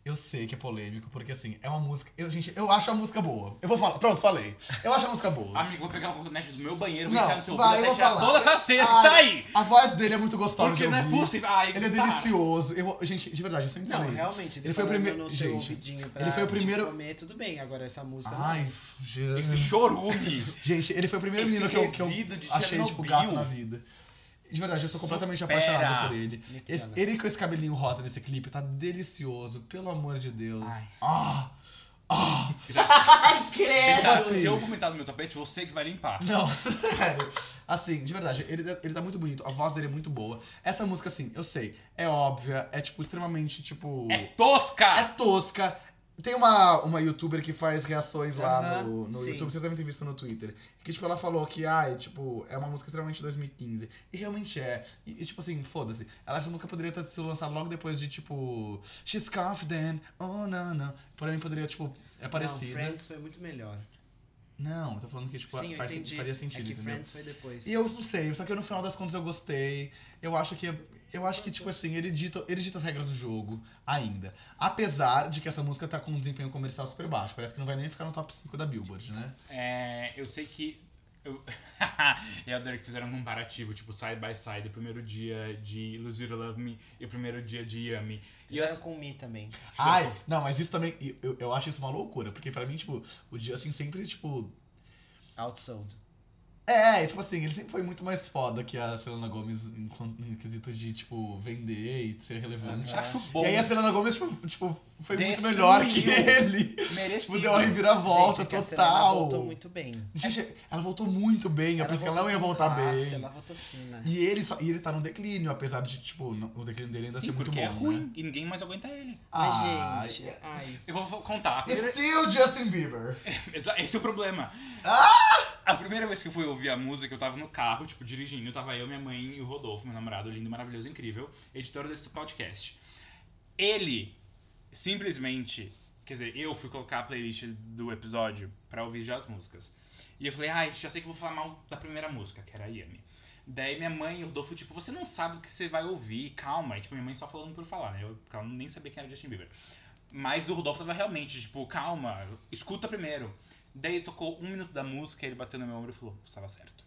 Eu sei que é polêmico, porque assim, é uma música. Eu, gente, eu acho a música boa. Eu vou falar. Pronto, falei. Eu acho a música boa. Amigo, vou pegar o cotonete do meu banheiro, vou Não, enfiar no seu vai, ouvido eu até vou tirar falar. toda essa cera. Ai, Tá aí! A voz dele é muito gostosa. Porque de não é ouvir. possível. Ai, Ele é para. delicioso. Eu, gente, de verdade, eu sempre Não, é falei isso. realmente, ele, Ele foi o falando primeiro- no seu Gente, ouvidinho pra ele foi o te primeiro- comer, tudo bem, agora essa música é Ai, Esse Jesus. chorume. Gente, ele foi o primeiro Esse menino que eu, que eu resíduo de achei, tipo, Chernobyl. gato na vida. De verdade, eu sou completamente Supera. apaixonado por ele. não. Esse- Nicolas. ele com esse cabelinho rosa nesse clipe tá delicioso, pelo amor de Deus. Ai. Ah! Ah! Ai, Tipo Tá, assim. Tipo, se eu vomitar no meu tapete, você que vai limpar. Não, sério. Assim, de verdade, ele, ele tá muito bonito, a voz dele é muito boa. Essa música, assim, eu sei, é óbvia, é, tipo, extremamente, tipo... É tosca! é tosca. Tem uma, uma youtuber que faz reações lá Aham, no, no sim. YouTube, vocês devem ter visto no Twitter. Que, tipo, ela falou que, ai, tipo, é uma música extremamente 2015. E realmente é. E, e, tipo assim, foda-se. Ela essa música poderia ter sido lançada logo depois de, tipo, She's Confident, oh no, no. Pra mim poderia, tipo, é Não, parecida. Friends foi muito melhor. Não, eu tô falando que, tipo, Sim, eu faz, entendi. faria sentido, é que entendeu? Friends foi depois. E eu não sei, só que no final das contas eu gostei. Eu acho que. Eu acho que, tipo assim, ele dita, ele dita as regras do jogo ainda. Apesar de que essa música tá com um desempenho comercial super baixo. Parece que não vai nem ficar no top 5 da Billboard, né? É, eu sei que. Eu... e a Derek fizeram um comparativo, tipo, side by side, o primeiro dia de Lose You to Love Me e o primeiro dia de Yummy. é E eu, Fizeram com o Mi também. Ai, não, mas isso também. Eu, eu acho isso uma loucura, porque pra mim, tipo, o Justin sempre, tipo. Outsold. É, tipo assim, ele sempre foi muito mais foda que a Selena Gomes em, quan- em quesito de, tipo, vender e ser relevante. Aham. um acho Ah. E bom. aí a Selena Gomes, tipo, tipo, foi muito Destruiu. melhor que ele. Tipo, merecido. deu uma reviravolta Gente, é que a Selena total. voltou muito bem. Gente, ela voltou muito bem, eu pensei que ela não ia voltou com voltar classe, bem. Ela voltou fina. E ele, só, e ele tá no declínio, apesar de, tipo, não- o declínio dele ainda ser Sim, muito porque bom. é ruim Né? e ninguém mais aguenta ele. Ah, Ai, gente. Ai. Eu vou- vou contar. A primeira- Still Justin Bieber. Exa- Esse é o problema. A primeira vez que eu fui ouvir a música, eu tava no carro, tipo, dirigindo. Tava eu, minha mãe e o Rodolfo, meu namorado lindo, maravilhoso, incrível, editor desse podcast. Ele simplesmente. Quer dizer, eu fui colocar a playlist do episódio pra ouvir já as músicas. E eu falei, ai, já sei que eu vou falar mal da primeira música, que era a Yami. Daí minha mãe e o Rodolfo, tipo, você não sabe o que você vai ouvir, calma. E tipo, minha mãe só falando por falar, né? Eu, porque ela nem sabia quem era Justin Bieber. Mas o Rodolfo tava realmente, tipo, calma, escuta primeiro. Daí tocou um minuto da música, ele bateu no meu ombro e falou, estava certo.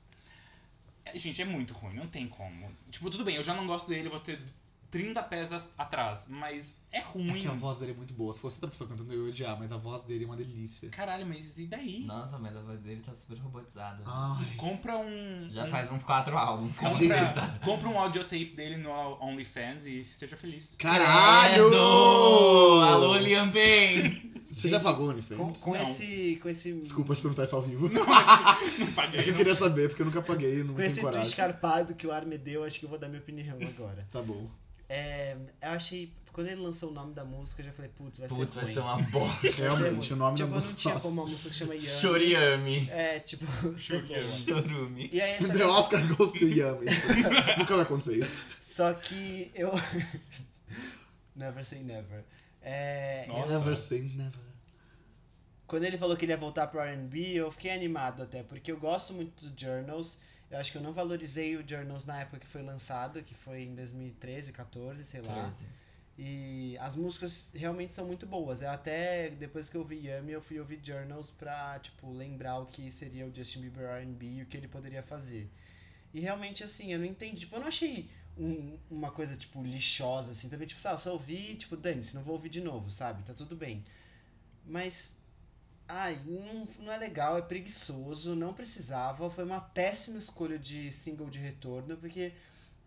É, Gente, é muito ruim, não tem como. Tipo, tudo bem, eu já não gosto dele, vou ter 30 pés as- atrás, mas é É ruim. que a voz dele é muito boa. Se fosse outra pessoa cantando, eu ia odiar, mas a voz dele é uma delícia. Caralho, mas e daí? Nossa, mas a voz dele tá super robotizada. Ah, Ai. Compra um. Já um- faz uns quatro álbuns que ela Compra, tá. compra um audiotape dele no OnlyFans e seja feliz. Caralho! Credo! Alô, Liam Payne! Você já pagou, Unifans? Com, com Não. esse. Com esse. Desculpa te perguntar isso ao vivo. É Não paguei. Eu não. queria saber, porque eu nunca paguei, não Com esse tenho tweet coragem. escarpado que o Ar me deu, acho que eu vou dar minha opinião agora. Tá bom. É, eu achei. Quando ele lançou o nome da música, eu já falei, putz, vai Putz, ser vai ruim. ser uma bosta. Vai ser Realmente, ruim. o nome tipo, da não tinha música- como uma música que chama Yami. Choriami. É, tipo. sei lá. Choriano. Chorumi. E aí, só The que, Oscar goes to Yami. nunca vai acontecer isso. só que eu. never say never. É, Nossa. Never say never. Quando ele falou que ele ia voltar pro R&B, eu fiquei animado até, porque eu gosto muito do Journals. Eu acho que eu não valorizei o Journals na época que foi lançado, que foi em 2013, 14, sei lá. E as músicas realmente são muito boas. Eu até depois que eu vi Yami, eu fui ouvir Journals pra, tipo, lembrar o que seria o Justin Bieber R&B e o que ele poderia fazer. E realmente, assim, eu não entendi. Tipo, eu não achei um- uma coisa, tipo, lixosa, assim. Também, tipo, sabe, eu só ouvi, tipo, dane-se, não vou ouvir de novo, sabe? Tá tudo bem. Mas, ai, não, não é legal, é preguiçoso, não precisava. Foi uma péssima escolha de single de retorno, porque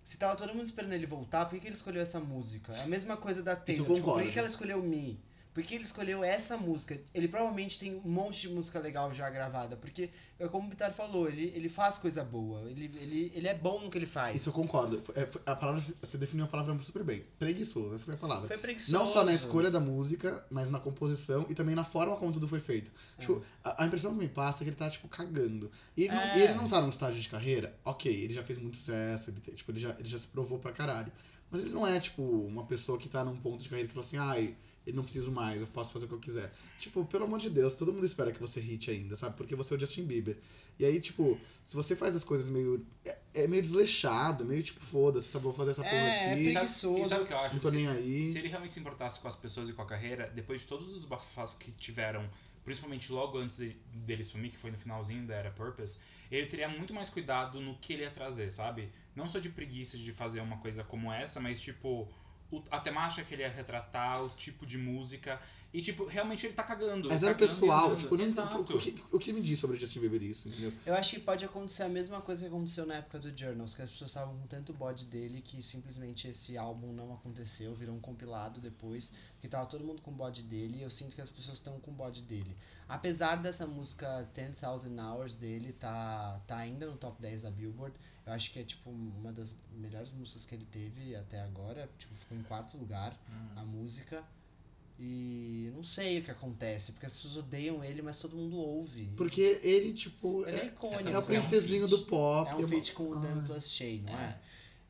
se tava todo mundo esperando ele voltar, por que, que ele escolheu essa música? É a mesma coisa da Taylor. Tipo, por eu que, concordo. que ela escolheu Me? Por que ele escolheu essa música? Ele provavelmente tem um monte de música legal já gravada, porque, é como o Bitar falou, ele, ele faz coisa boa, ele, ele, ele é bom no que ele faz. Isso eu concordo. É, A palavra, você definiu a palavra super bem. Preguiçoso, essa foi a palavra. Foi preguiçoso. Não só na escolha da música, mas na composição e também na forma como tudo foi feito. É. Tipo, a, a impressão que me passa é que ele tá, tipo, cagando. E ele, não, É. e ele não tá num estágio de carreira, ok, ele já fez muito sucesso, ele, te- tipo, ele, já, ele já se provou pra caralho. Mas ele não é, tipo, uma pessoa que tá num ponto de carreira que fala assim, ai, eu não preciso mais, eu posso fazer o que eu quiser. Tipo, pelo amor de Deus, todo mundo espera que você hit ainda, sabe? Porque você é o Justin Bieber. E aí, tipo, se você faz as coisas meio. É, é meio desleixado, meio tipo, foda-se, sabe? Vou fazer essa porra É, aqui. E sabe- preguiçoso. E sabe o que eu acho? Não tô Se- nem aí. Se ele realmente se importasse com as pessoas e com a carreira, depois de todos os bafafás que tiveram, principalmente logo antes de- dele sumir, que foi no finalzinho da Era Purpose, ele teria muito mais cuidado no que ele ia trazer, sabe? Não só de preguiça de fazer uma coisa como essa, mas tipo. o- A temática que ele ia retratar, o tipo de música. E, tipo, realmente ele tá cagando. Mas ele era tá cagando e pessoal, andando. tipo, nem, o, Exato. o que, o que me diz sobre o Justin Bieber isso, entendeu? Eu acho que pode acontecer a mesma coisa que aconteceu na época do Journals, que as pessoas estavam com tanto bode dele que simplesmente esse álbum não aconteceu, virou um compilado depois, porque tava todo mundo com bode dele e eu sinto que as pessoas estão com bode dele. Apesar dessa música 10,000 Hours dele tá, tá ainda no top 10 da Billboard, eu acho que é tipo uma das melhores músicas que ele teve até agora, tipo, ficou em quarto lugar a música. E não sei o que acontece, porque as pessoas odeiam ele, mas todo mundo ouve. Porque ele, tipo, ele é é, icônico. é né? o princesinho do pop. É uma- um feat com o Dan Ah. Plus Shay, não é? É.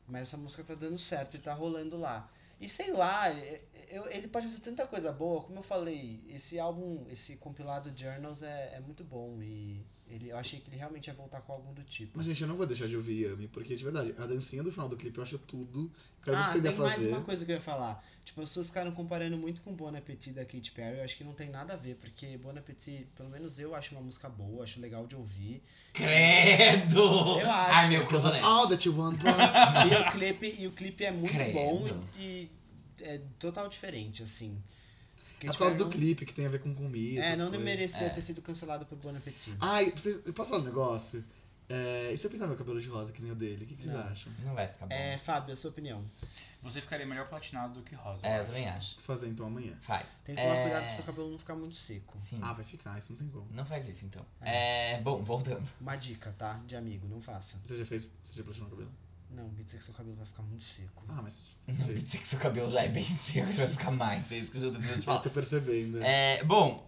Mas essa música tá dando certo e tá rolando lá. E sei lá, é- eu- ele pode fazer tanta coisa boa, como eu falei, esse álbum, esse compilado Journals é, é muito bom e ele, eu achei que ele realmente ia voltar com algum do tipo. Mas, gente, eu não vou deixar de ouvir Yami, porque, de verdade, a dancinha do final do clipe eu acho tudo. Quero muito Ah, aprender tem a mais fazer. uma coisa que eu ia falar. Tipo, as pessoas ficaram comparando muito com Bon Appetit da Katy Perry. Eu acho que não tem nada a ver, porque Bon Appetit, pelo menos eu acho uma música boa, acho legal de ouvir. Credo! Eu acho. Ai, meu Cause I'm cotonete. é all that you want, boy. E o clipe, e o clipe é muito Credo. bom e, e é total diferente, assim. Porque, é Por tipo, causa do não- clipe, que tem a ver com comida. É, essas não coisas. merecia É. ter sido cancelado por Bon Appetit. Ai, vocês, eu posso falar um negócio? É, e se eu pintar meu cabelo de rosa que nem o dele? O que, que vocês Não. acham? Não vai ficar bom. É, Fábio, a sua opinião. Você ficaria melhor platinado do que rosa. É, eu também acho. Vou fazer então amanhã. Faz. Tem que tomar É, cuidado pro seu cabelo não ficar muito seco. Sim. Ah, vai ficar, isso não tem como. Não faz isso, então. É, bom, voltando. Uma dica, tá? De amigo, não faça. Você já fez. Você já platinou o cabelo? Não, me dizer que seu cabelo vai ficar muito seco. Ah, mas. Não me dizer que seu cabelo já é bem seco, já vai ficar mais. É isso que eu já tô tentando te Ah, falar. tô percebendo. É, bom,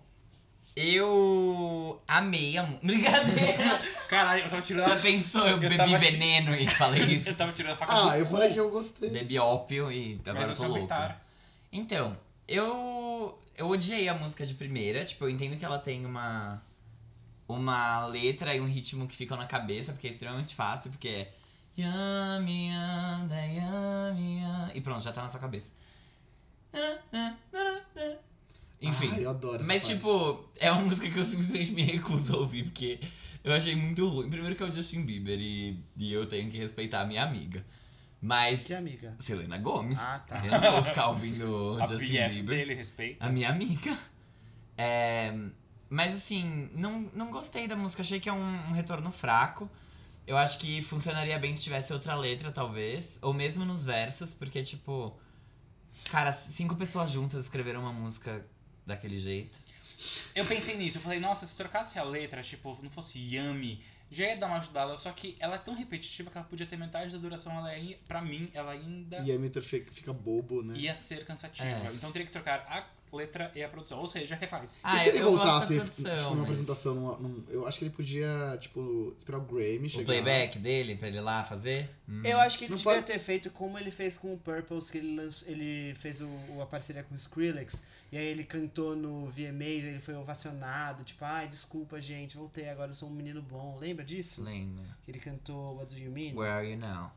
eu amei a... mu- Brincadeira! Caralho, eu tava tirando Ela pensou, eu, Eu bebi tava te- veneno e falei Eu isso. tava tirando a faca do Ah, eu cu, falei que eu gostei. bebi ópio e mas agora eu eu sei tô louca. aguentar. Então, eu... Eu odiei a música de primeira. Tipo, eu entendo que ela tem uma... Uma letra e um ritmo que ficam na cabeça, porque é extremamente fácil, porque é... Yami, yanda, yami, yami. E pronto, já tá na sua cabeça. Enfim. Ai, eu adoro essa Mas, parte. tipo, é uma música que eu simplesmente me recuso a ouvir, porque Eu achei muito ruim. Primeiro que é o Justin Bieber e, e eu tenho que respeitar a minha amiga. Mas. Que é- amiga. Selena Gomes. Ah, tá. Eu não vou assim, ficar ouvindo A Justin BF Bieber. dele, respeito. A minha amiga. É, mas assim, não, não gostei da música. Achei que é um, um retorno fraco. Eu acho que funcionaria bem se tivesse outra letra, talvez. Ou mesmo nos versos, porque, tipo. Cara, cinco pessoas juntas escreveram uma música daquele jeito. Eu pensei nisso, eu falei, nossa, se trocasse a letra, tipo, não fosse Yami, já ia dar uma ajudada, só que ela é tão repetitiva que ela podia ter metade da duração, ela é, pra mim, ela ainda E a Mitter fica bobo, né? ia ser cansativa. É. Então teria que trocar a letra e a produção, ou seja, refaz. e se Ah, ele eu gosto da voltasse, produção, tipo, numa mas apresentação, numa- num- eu acho que ele podia, tipo, esperar o Grammy chegar. O playback dele pra ele lá fazer? Hum. Eu acho que ele Não devia pode- ter feito como ele fez com o Purples, que ele, lanç- ele fez o, o- a parceria com o Skrillex, e aí ele cantou no VMAs, ele foi ovacionado, tipo, ai, desculpa, gente, voltei, agora eu sou um menino bom. Lembra disso? Lembro. Que ele cantou What Do You Mean? Where are you now?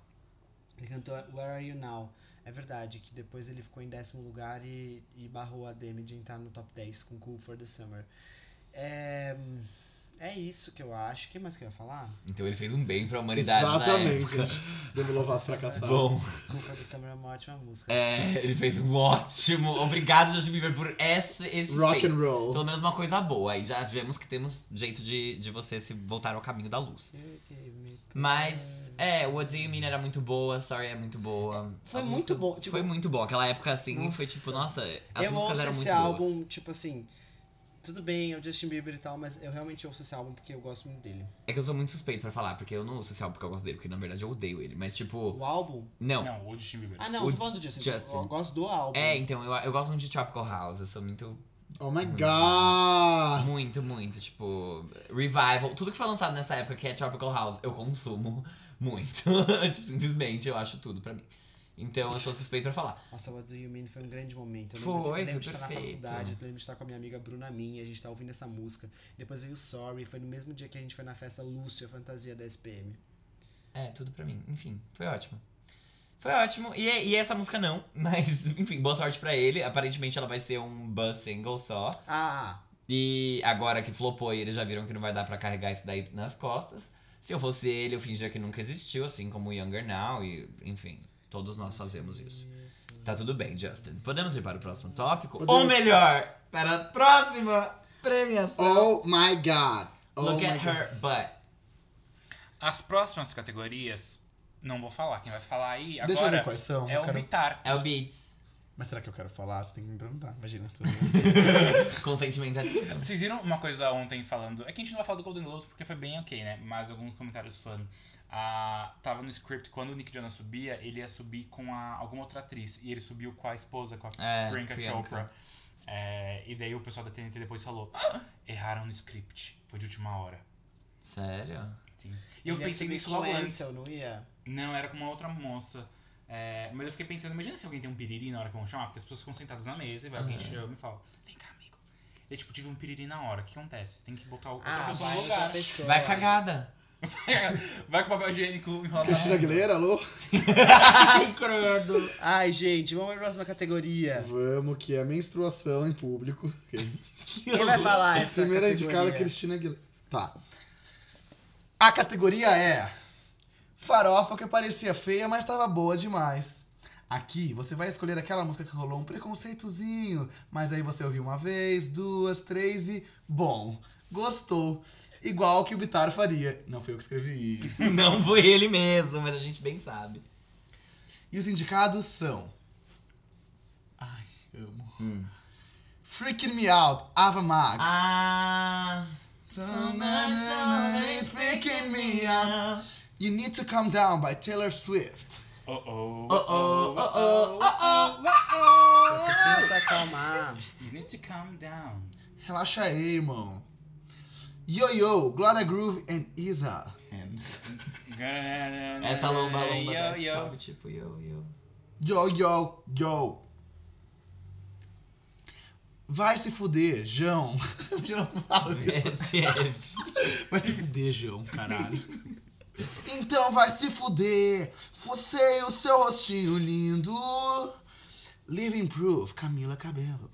Ele cantou Where Are You Now? É verdade, que depois ele ficou em décimo lugar e, e barrou a Demi de entrar no top 10 com Cool for the Summer. É, é isso que eu acho. O que mais que eu ia falar? Então ele fez um bem pra humanidade Exatamente. na época. Demi Lovato fracassado. Bom, Cool for the Summer é uma ótima música. é, ele fez um ótimo. Obrigado, Justin Bieber, por esse, esse Rock feito. and roll. Pelo menos uma coisa boa. Aí já vemos que temos jeito de, de você se voltar ao caminho da luz. You gave me- Mas, é, o What Do You Mean era muito boa, Sorry é muito boa. Foi As muito músicas- bom, tipo- foi muito boa. Aquela época assim foi Nossa. tipo, nossa, as eu músicas ouço eram esse muito boas. álbum, tipo assim. Tudo bem, é o Justin Bieber e tal, mas eu realmente ouço esse álbum porque eu gosto muito dele. É que eu sou muito suspeito pra falar, porque eu não ouço esse álbum porque eu gosto dele, porque na verdade eu odeio ele. Mas, tipo, O álbum? não. Não, o Justin Bieber. Ah, não, O tô falando do Justin. Justin. Eu gosto do álbum. É, então, eu, eu gosto muito de Tropical House, eu sou muito, Oh my god! muito, muito, tipo, Revival, tudo que foi lançado nessa época que é Tropical House, eu consumo muito, tipo, simplesmente, eu acho tudo pra mim. Então, eu sou suspeito pra falar. Nossa, What Do You Mean foi um grande momento. Eu Foi, lembro, de- eu foi lembro de estar na perfeito. faculdade, eu lembro de estar com a minha amiga Bruna Minha, a gente tá ouvindo essa música. Depois veio o Sorry, foi no mesmo dia que a gente foi na festa Lúcio, a fantasia da SPM. É, tudo pra mim. Enfim, foi ótimo. Foi ótimo. E, e essa música não, mas enfim, boa sorte pra ele. Aparentemente ela vai ser um buzz single só. Ah, E agora que flopou e eles já viram que não vai dar pra carregar isso daí nas costas. Se eu fosse ele, eu fingia que nunca existiu, assim como o Younger Now e, enfim, todos nós fazemos isso. Tá tudo bem, Justin. Podemos ir para o próximo tópico? Podemos. Ou melhor, para a próxima premiação. Oh my god! Oh Look my at god. her butt. As próximas categorias, não vou falar, quem vai falar aí Deixa eu ver agora quais são. é eu o quero- Bitar. É o Beats. Mas será que eu quero falar? Você tem que me perguntar. Imagina. Consentimento é tudo. Vocês viram uma coisa ontem falando. É que a gente não vai falar do Golden Globes porque foi bem ok, né? Mas alguns comentários falando. Ah, tava no script quando o Nick Jonas subia, ele ia subir com a- alguma outra atriz. E ele subiu com a esposa, com a É, Priyanka Priyanka. Chopra. É, e daí o pessoal da TNT depois falou: "Ah, erraram no script. Foi de última hora. Sério? Sim. E eu ia pensei subir nisso com o logo antes. Ansel, não ia? Não, era com uma outra moça. É, mas eu fiquei pensando, imagina se alguém tem um piriri na hora que vão chamar, porque as pessoas ficam sentadas na mesa e vai alguém Uhum. chama e fala, vem cá, amigo. Eu, tipo, tive um piriri na hora, o que acontece? Tem que botar o outra Ah, pessoa vai no outra lugar. pessoa. Vai cagada. vai com papel higiênico enrolar. Cristina Aguilera, alô? Ai, credo. Ai, gente, vamos pra próxima categoria. Vamos, que é menstruação em público. Quem vai falar essa Primeira categoria? indicada, é Cristina Aguilera. Tá. A categoria é Farofa que parecia feia, mas tava boa demais. Aqui você vai escolher aquela música que rolou um preconceitozinho, mas aí você ouviu uma vez, duas, três e. Bom, gostou. Igual que o Bitar faria. Não foi eu que escrevi isso. Não foi ele mesmo, mas a gente bem sabe. E os indicados são. Ai, amo. Hum. Freaking Me Out, Ava Max. Ah. né, Somebody's freaking me out. You Need to Calm Down by Taylor Swift. Oh, oh, Oh, oh, oh, oh, oh, oh, oh, Você precisa se acalmar. oh. You need to calm down. Relaxa aí, irmão. Yo Yo, Gloria Groove and Isa. And Essa lomba, lomba, Yo, dessa, yo. sabe? Tipo, yo, yo. Yo Yo Yo. Vai se fuder, João. Eu não falo isso. SF. É. Vai se fuder, João, caralho. Então vai se fuder. Você e o seu rostinho lindo. Living Proof, Camila Cabelo.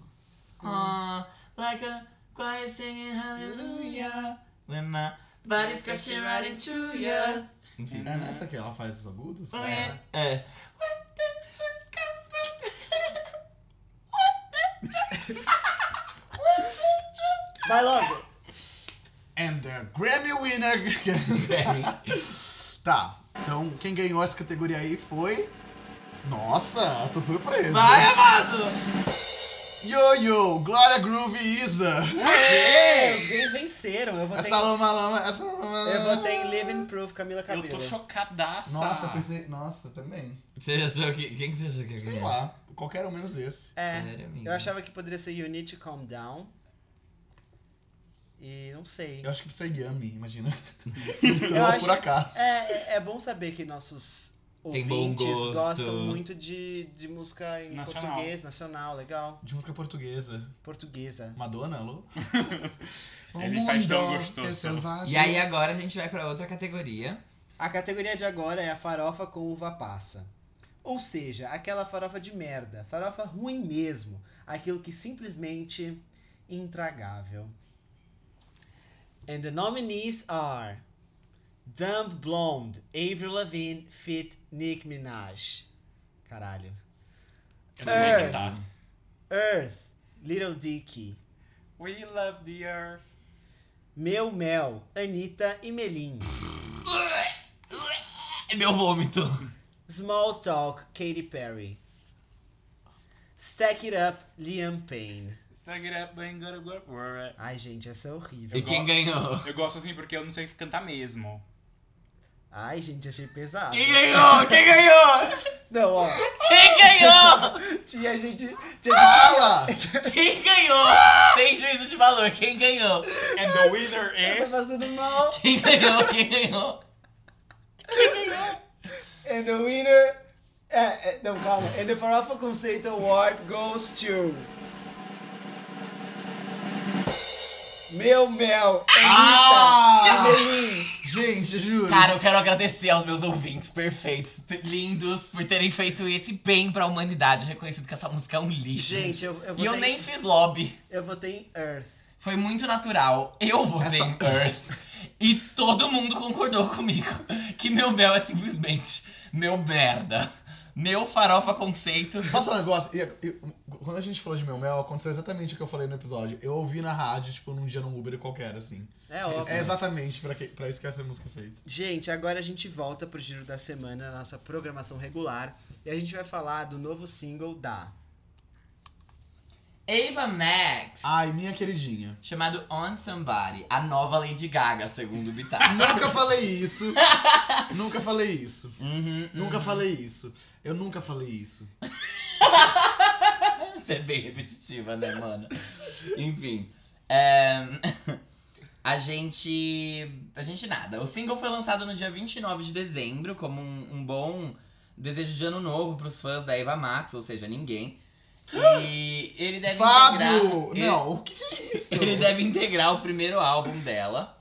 Ah, like a choir singing hallelujah. When my But it's crashing right into ya. É Enfim. nessa que ela faz os agudos? É. É. Vai logo. And the Grammy winner. Tá, então quem ganhou essa categoria aí foi. Nossa, tô surpreso. Vai, amado! Yo Yo, Glória Groove e Isa. Aê, os gays venceram. Eu vou ter, Essa lama lama, essa lama eu lama. vou ter em Living Proof, Camila Eu Cabello. tô chocadaça. Nossa, eu pensei. Nossa, também. Você achou que. Quem que você achou que ia Sei ganhar? lá, qualquer um menos esse. É, Sério, amigo? eu achava que poderia ser You Need to Calm Down. E não sei. Eu acho que precisa Yami, imagina. Eu então, acho- por acaso. É, é, é bom saber que nossos Tem bom ouvintes gosto. gostam muito de, de música em Nacional. português, nacional, legal. De música portuguesa. Portuguesa. Madonna, alô? O Ele faz tão mundo gostoso. é selvagem. E aí agora a gente vai pra outra categoria. A categoria de agora é a farofa com uva passa. Ou seja, aquela farofa de merda, farofa ruim mesmo, aquilo que simplesmente intragável. And the nominees are Dumb Blonde, Avril Lavigne, Fit Nick Minaj. Caralho. Eu tô meio É. irritado. Earth, Little Dicky. We love the earth. Meu Mel, Anitta e Melim. É meu vômito. Small Talk, Katy Perry. Stack It Up, Liam Payne. Stack it up and go to work for it. Ai, gente, essa é horrível. E quem ganhou? Eu gosto assim porque eu não sei cantar mesmo. Ai, gente, achei pesado. Quem ganhou? Quem ganhou? Não, ó. Quem ganhou? Tinha gente. Tinha Fala! gente... Quem ganhou? Sem juízo de valor, quem ganhou? And the winner Eu tô is. tá fazendo mal. Quem ganhou? Quem ganhou? And the winner. É, é, não, calma. And the Farofa Conceito Award goes to. Meu Mel, Anitta Ah! e Melim. Gente, juro. Cara, eu quero agradecer aos meus ouvintes perfeitos, p- lindos, por terem feito esse bem pra humanidade, reconhecido que essa música é um lixo. Gente, eu, eu e votei. eu nem fiz lobby. Eu votei em Earth. Foi muito natural. Eu votei Essa- em Earth. E todo mundo concordou comigo que meu mel é simplesmente meu merda. Meu farofa conceito. Posso falar um negócio? Eu- eu- quando a gente falou de meu mel, aconteceu exatamente o que eu falei no episódio. Eu ouvi na rádio, tipo, num dia num Uber qualquer, assim. É óbvio. É exatamente pra, que, pra isso que essa música é feita. Gente, agora a gente volta pro giro da semana, na nossa programação regular, e a gente vai falar do novo single da. Ava Max. Ai, minha queridinha. Chamado On Somebody, a nova Lady Gaga, segundo o Bitar. Nunca falei isso. nunca falei isso. Uhum, Nunca falei isso. Eu nunca falei isso. Você é bem repetitiva, né, mano? Enfim. é, A gente. A gente nada. O single foi lançado no dia 29 de dezembro, como um, um bom desejo de ano novo pros fãs da Eva Max, ou seja, ninguém. E ele deve Fábio! integrar. ele- Não, o que, que é isso? ele deve integrar o primeiro álbum dela,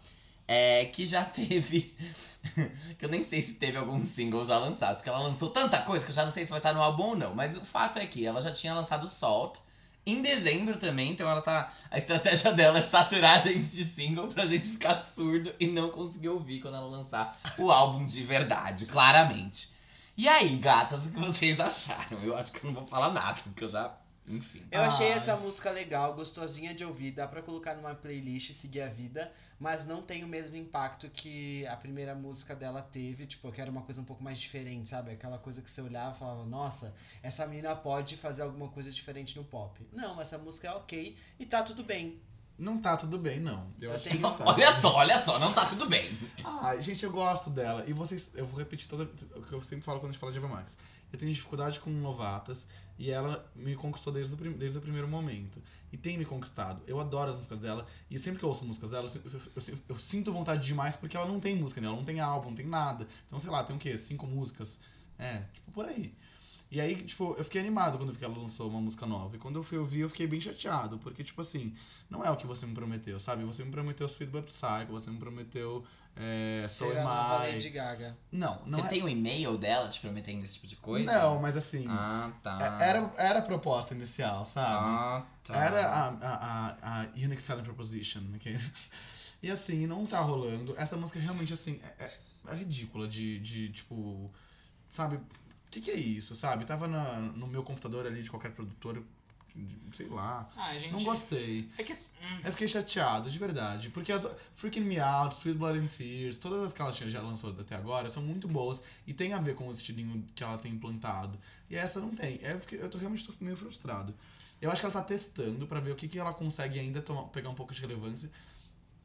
é, que já teve. que eu nem sei se teve algum single já lançado, porque ela lançou tanta coisa que eu já não sei se vai estar no álbum ou não. Mas o fato é que ela já tinha lançado Salt em dezembro também, então ela tá. A estratégia dela é saturar a gente de single pra gente ficar surdo e não conseguir ouvir quando ela lançar o álbum de verdade, claramente. E aí, gatas, o que vocês acharam? Eu acho que eu não vou falar nada, porque eu já. Enfim. Eu achei Ai. essa música legal, gostosinha de ouvir, dá pra colocar numa playlist e seguir a vida, mas não tem o mesmo impacto que a primeira música dela teve, tipo, eu quero uma coisa um pouco mais diferente, sabe? Aquela coisa que você olhava e falava, nossa, essa menina pode fazer alguma coisa diferente no pop. Não, essa música é ok e tá tudo bem. Não tá tudo bem, não. Eu, Eu acho que tenho- não tá. Olha só, olha só, não tá tudo bem. Ai, gente, eu gosto dela. E vocês, eu vou repetir toda, o que eu sempre falo quando a gente fala de Eva Max. Eu tenho dificuldade com novatas e ela me conquistou desde o, prim- desde o primeiro momento. E tem me conquistado. Eu adoro as músicas dela. E sempre que eu ouço músicas dela, eu, sin- eu- eu sin- eu sinto vontade demais porque ela não tem música nela, não tem álbum, não tem nada. Então, sei lá, tem o quê? Cinco músicas? É, tipo, por aí. E aí, tipo, eu fiquei animado quando eu vi que ela lançou uma música nova. E quando eu fui ouvir, eu fiquei bem chateado. Porque, tipo assim, não é o que você me prometeu, sabe? Você me prometeu Sweet But Psycho, você me prometeu é, Soul Será a nova Am I. Lady Gaga. Não, não Você é... tem o e-mail dela te prometendo esse tipo de coisa? Não, mas assim, Ah, tá. é- era, era a proposta inicial, sabe? Ah, tá. né, Era a, a, a, a Unique Selling Proposition, ok? é E assim, não tá rolando. Essa música realmente, assim, é, é- é ridícula de, de, tipo, sabe? O que, que é isso, sabe? Tava na- no meu computador ali de qualquer produtor, de- sei lá. Ah, gente. Não gostei. É que assim. hum, Eu fiquei chateado, de verdade. Porque as Freaking Me Out, Sweet Blood and Tears, todas as que ela tinha- já lançou até agora são muito boas e tem a ver com o estilinho que ela tem implantado. E essa não tem. É porque eu tô realmente tô meio frustrado. Eu acho que ela tá testando pra ver o que, que ela consegue ainda tomar- pegar um pouco de relevância.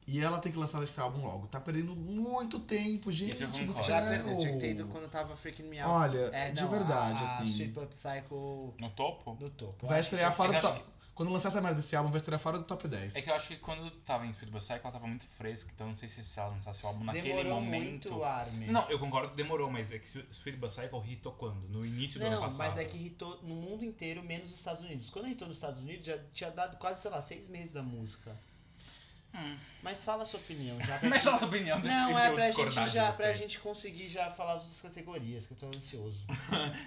E ela tem que lançar esse álbum logo. Tá perdendo muito tempo, é gente. Isso eu do concordo. Já céu. perdeu, né? tinha que ter ido quando tava freaking me out. Olha, É, de não, verdade, a, a assim. Sweep Up Cycle No topo? no topo. Vai Acho que estrear tinha fora que do ter- top. Quando lançar essa merda desse álbum, vai estrear fora do top 10. É que eu acho que quando tava em Speed Bus Cycle, ela tava muito fresca, então não sei se se ela lançasse o álbum naquele Demorou momento. muito, Armin. Não, eu concordo que demorou, mas é que se- Sweet Bus Cycle hitou quando? No início do ano Não, passado. mas é que hitou no mundo inteiro, menos nos Estados Unidos. Quando hitou nos Estados Unidos, já tinha dado quase, sei lá, seis meses da música. Hum. Mas fala a sua opinião já. pra Mas gente- fala a sua opinião. Não, depois é eu pra discordar gente de já, você. pra gente conseguir já falar as outras categorias, que eu tô ansioso.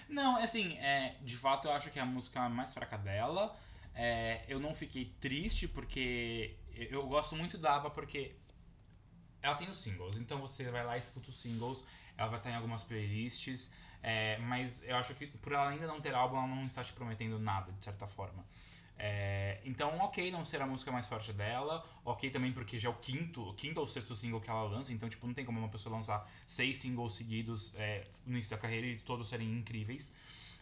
Não, assim, é, de fato eu acho que é a música mais fraca dela. É, eu não fiquei triste porque eu gosto muito da Ava porque ela tem os singles, então você vai lá e escuta os singles, ela vai estar em algumas playlists, é, mas eu acho que por ela ainda não ter álbum, ela não está te prometendo nada, de certa forma. É, então, ok, não ser a música mais forte dela, ok também porque já é o quinto, o quinto ou sexto single que ela lança, então tipo, não tem como uma pessoa lançar seis singles seguidos é, no início da carreira e todos serem incríveis.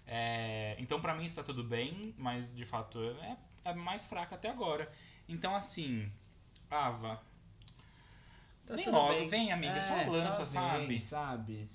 É, então, pra mim, está tudo bem, mas de fato é, é mais fraca até agora. Então, assim, Ava, Tá vem tudo logo, bem. vem, amiga, É, só lança, só vem, sabe? sabe?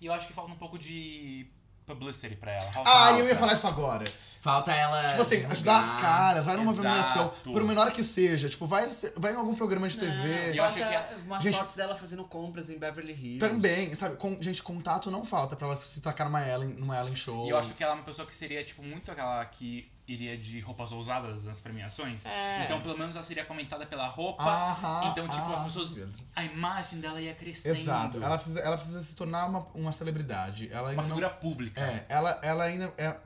E eu acho que falta um pouco de publicity pra ela. falta Ah, alta. eu ia falar isso agora. Falta ela. Tipo assim, divulgar. ajudar as caras, vai numa Exato. É. premiação, por menor que seja, tipo, vai, vai em algum programa de TV. Não, Eu acho falta umas Gente- fotos dela fazendo compras em Beverly Hills. Também, sabe? Com- gente, contato não falta pra ela se destacar numa Ellen, numa Ellen Show. E eu acho que ela é uma pessoa que seria, tipo, muito aquela que iria de roupas ousadas nas premiações. É. Ah. Então, pelo menos ela seria comentada pela roupa. Aham, então, tipo, aham. as pessoas. A imagem dela ia crescendo. Exato. Ela precisa, ela precisa se tornar uma, uma celebridade. Ela ainda Uma figura pública. não... É, ela, ela ainda é...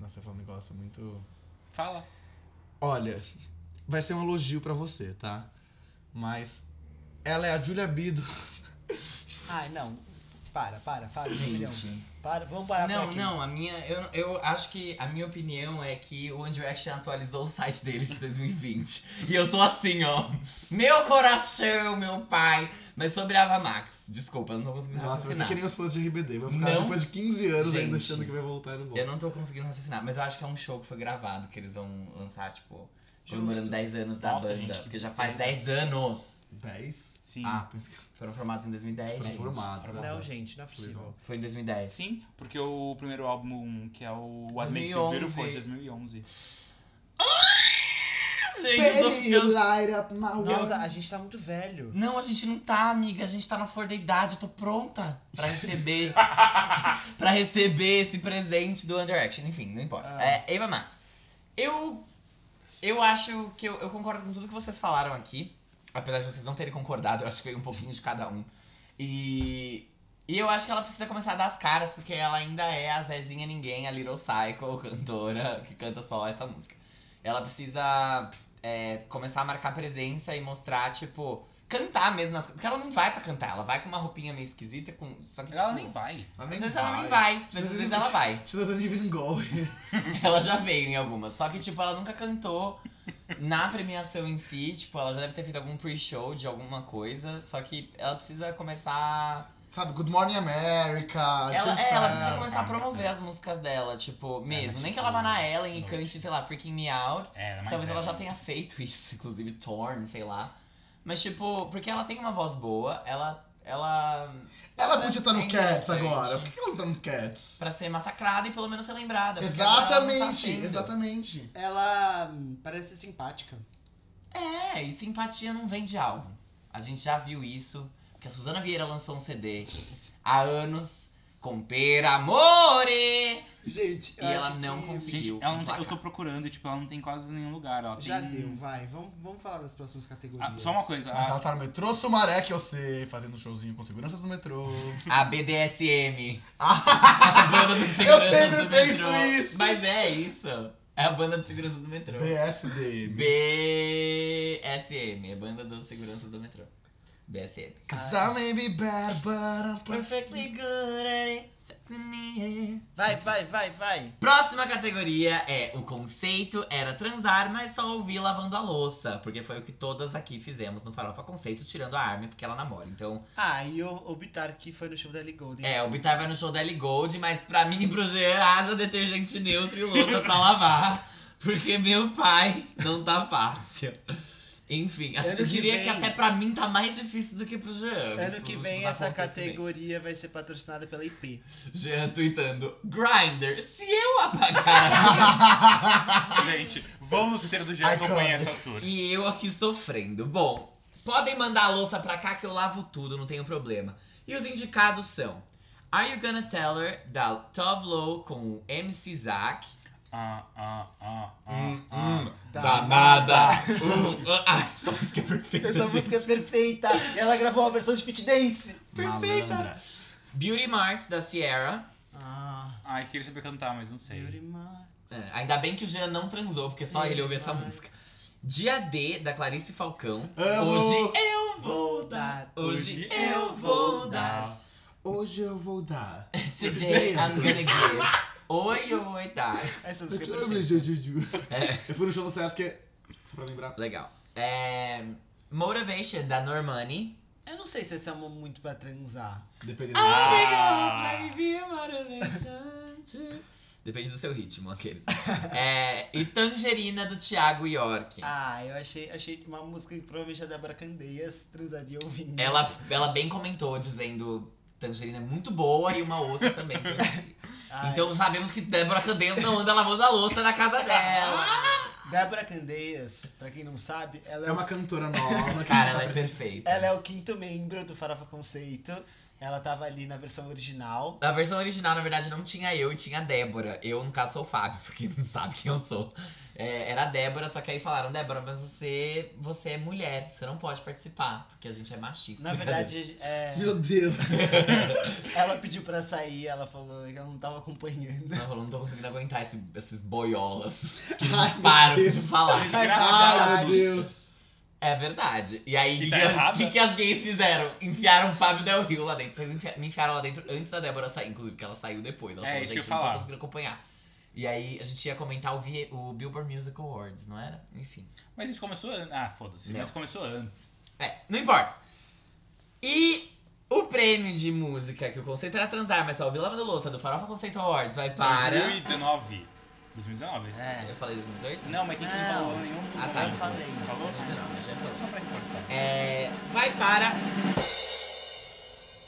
Nossa, eu falei um negócio muito... Fala. Olha, vai ser um elogio pra você, tá? Mas ela é a Julia B do... Ai, não. Para, para, Fábio, Julião. Gente. Para, vamos parar por Não, aqui. não, a minha. Eu, eu acho que a minha opinião é que o One Direction atualizou o site deles de 2020. e eu tô assim, ó. Meu coração, meu pai. Mas sobre a Ava Max, desculpa, eu não tô conseguindo Nossa, você raciocinar. que nem os fãs de RBD. Vai ficar Não. depois de 15 anos ainda Gente. achando que vai voltar e não volta. Eu não tô conseguindo raciocinar, mas eu acho que é um show que foi gravado, que eles vão lançar, tipo, comemorando 10 anos da Nossa, banda. gente, que porque já faz tristeza. 10 anos. 10? Sim. Ah, pensei que Foram formados em 2010. foram gente. formados. Não, gente, não é possível. Legal. Foi em 2010. Sim, porque o primeiro álbum, que é o What Makes You 2011. Beautiful, é de 2011. Gente, eu tô- Baby, eu- light up my world. Nossa, a gente tá muito velho. Não, a gente não tá, amiga. A gente tá na flor da idade. Eu tô pronta pra receber. pra receber esse presente do Under Action. Enfim, não importa. Ah. É, Eva Max. Eu. Eu acho que. Eu, eu concordo com tudo que vocês falaram aqui. Apesar de vocês não terem concordado, eu acho que veio um pouquinho de cada um. E. E eu acho que ela precisa começar a dar as caras, porque ela ainda é a Zezinha Ninguém, a Little Psycho, cantora, que canta só essa música. Ela precisa é, começar a marcar presença e mostrar, tipo, cantar mesmo nas coisas. Porque ela não vai pra cantar, ela vai com uma roupinha meio esquisita, com. Só que Ela tipo, nem vai. Ela Às nem vezes ela nem vai, mas às She's vezes not ela vai. She doesn't even go. Ela já veio em algumas, só que, tipo, ela nunca cantou na premiação em si. Tipo, ela já deve ter feito algum pre-show de alguma coisa, só que ela precisa começar. Sabe, Good Morning America. Ela, Jump é, ela Fast. precisa começar a calma, promover calma. as músicas dela, tipo, mas, mesmo. Nem que tipo, ela vá na Ellen e não. cante, sei lá, Freaking Me Out. É, ela é mais Talvez ela velha. já tenha feito isso, inclusive Torn, sei lá. Mas tipo, porque ela tem uma voz boa, ela ela Ela podia estar no É Cats interessante. agora. Por que ela não tá no Cats? pra ser massacrada e pelo menos ser lembrada. porque agora ela não tá Exatamente, sendo. exatamente. Ela hum, parece ser simpática. É, e simpatia não vende álbum. A gente já viu isso, porque a Suzana Vieira lançou um CD há anos com Per Amore. Gente, eu E acho ela não que... conseguiu. Gente, ela não tem- eu emplacar. tô procurando e, tipo, ela não tem quase nenhum lugar. Ela Já tem... deu, vai. Vamos, vamos falar das próximas categorias. Ah, só uma coisa. Mas a- ela tá no metrô Sumaré, que eu sei, fazendo um showzinho com seguranças no metrô. A BDSM. Ah, A banda do segurança sempre do penso metrô. isso. Mas é isso. É a banda de segurança do metrô. BSDM. BSM, é a banda dos seguranças do metrô. BSM. Cause I may be bad, but I'm perfect. Perfectly good at it. sex in the air. Vai, vai, vai, vai. Próxima categoria é o conceito era transar, mas só ouvir lavando a louça. Porque foi o que todas aqui fizemos no Farofa Conceito, tirando a Armin, porque ela namora. Então, Ah, e o, o Bitar que foi no show da Ellie Golden. é, o Bitar vai no show da Ellie Gold, mas pra mim e pro Jean, haja detergente neutro e louça pra lavar. Porque meu pai não tá fácil. Enfim, acho Ano que eu que diria vem- que até pra mim tá mais difícil do que pro Jean. Ano isso tá que nos vem essa acontecimentos. categoria vai ser patrocinada pela IP. Jean tweetando, Grinder, se eu apagar a minha Gente, vão no Twitter do Jean Ai, acompanhar cara. essa tour. E eu aqui sofrendo. Bom, podem mandar a louça pra cá que eu lavo tudo, não tenho problema. E os indicados são Are You Gonna Tell Her, da Tovlo com o MC Zack. Ah, ah, ah, ah, Hum, ah. hum, Danada. Uh, uh, ah, essa música é perfeita. Essa gente. música é perfeita. E ela gravou uma versão de Fit Dance. é Perfeita. Malandra. Beauty Marks, da Sierra. Ah, Ai, queria saber cantar, mas não sei. Beauty Marks. É, Ainda bem que o Jean não transou, É porque só ele ouve essa música. Dia D, da Clarice Falcão. Amo. Hoje eu vou dar. Hoje eu vou dar. Ah. Hoje eu vou dar. Today I'm gonna give. Oi, oi, tá. Essa Eu música te é amo, perfeita. Juju. é É. Eu fui no show do Sesc, é só pra lembrar. Legal. É, Motivation da Normani. Eu não sei se essa é uma muito pra transar. Dependendo Ah. Let me be a motivation to- Depende do seu ritmo, aquele. É, e Tangerina do Thiago York. Ah, eu achei, achei uma música que provavelmente a Débora Candeias transaria ouvindo. Ela, ela bem comentou dizendo Tangerina é muito boa e uma outra também. que eu esqueci. Ai, então sabemos que Débora Candeias não anda lavando a louça na casa dela. Débora Candeias, pra quem não sabe, ela é, É uma cantora nova. que Cara, não ela é sabe- perfeita. ela é o quinto membro do Farofa Conceito. Ela tava ali na versão original. Na versão original, na verdade, não tinha eu e tinha a Débora. Eu, no caso, sou o Fábio, porque não sabe quem eu sou. É, era a Débora, só que aí falaram, Débora, mas você, você é mulher, você não pode participar, porque a gente é machista. Na verdade, é, Meu Deus. ela pediu pra sair, ela falou que ela não tava acompanhando. Ela falou, não Tá tô conseguindo aguentar esse- esses boiolas que Ai, não meu param Deus. de falar. é Mas tá Ah, meu verdade. Deus. É verdade. E aí, o E que, tá que as- errada. que que as gays fizeram? Enfiaram o Fábio Del Rio lá dentro. Vocês enfi- me enfiaram lá dentro antes da Débora sair, inclusive, porque ela saiu depois. Ela É, falou, isso que gente, eu ia não tô falar. conseguindo acompanhar. E aí, a gente ia comentar o, Vi- o Billboard Music Awards, não era? Enfim. Mas isso começou antes. Ah, foda-se. Não. Mas começou antes. É, não importa. E o prêmio de música que o conceito era transar, mas só o Vila Louça do Farofa Conceito Awards vai para. 2019. 2019? É, Eu falei 2018? Não, mas quem não Não. falou nenhum. Ah, tá. eu falei. Falou? Não, mas já falei. Só pra reforçar. É, vai para.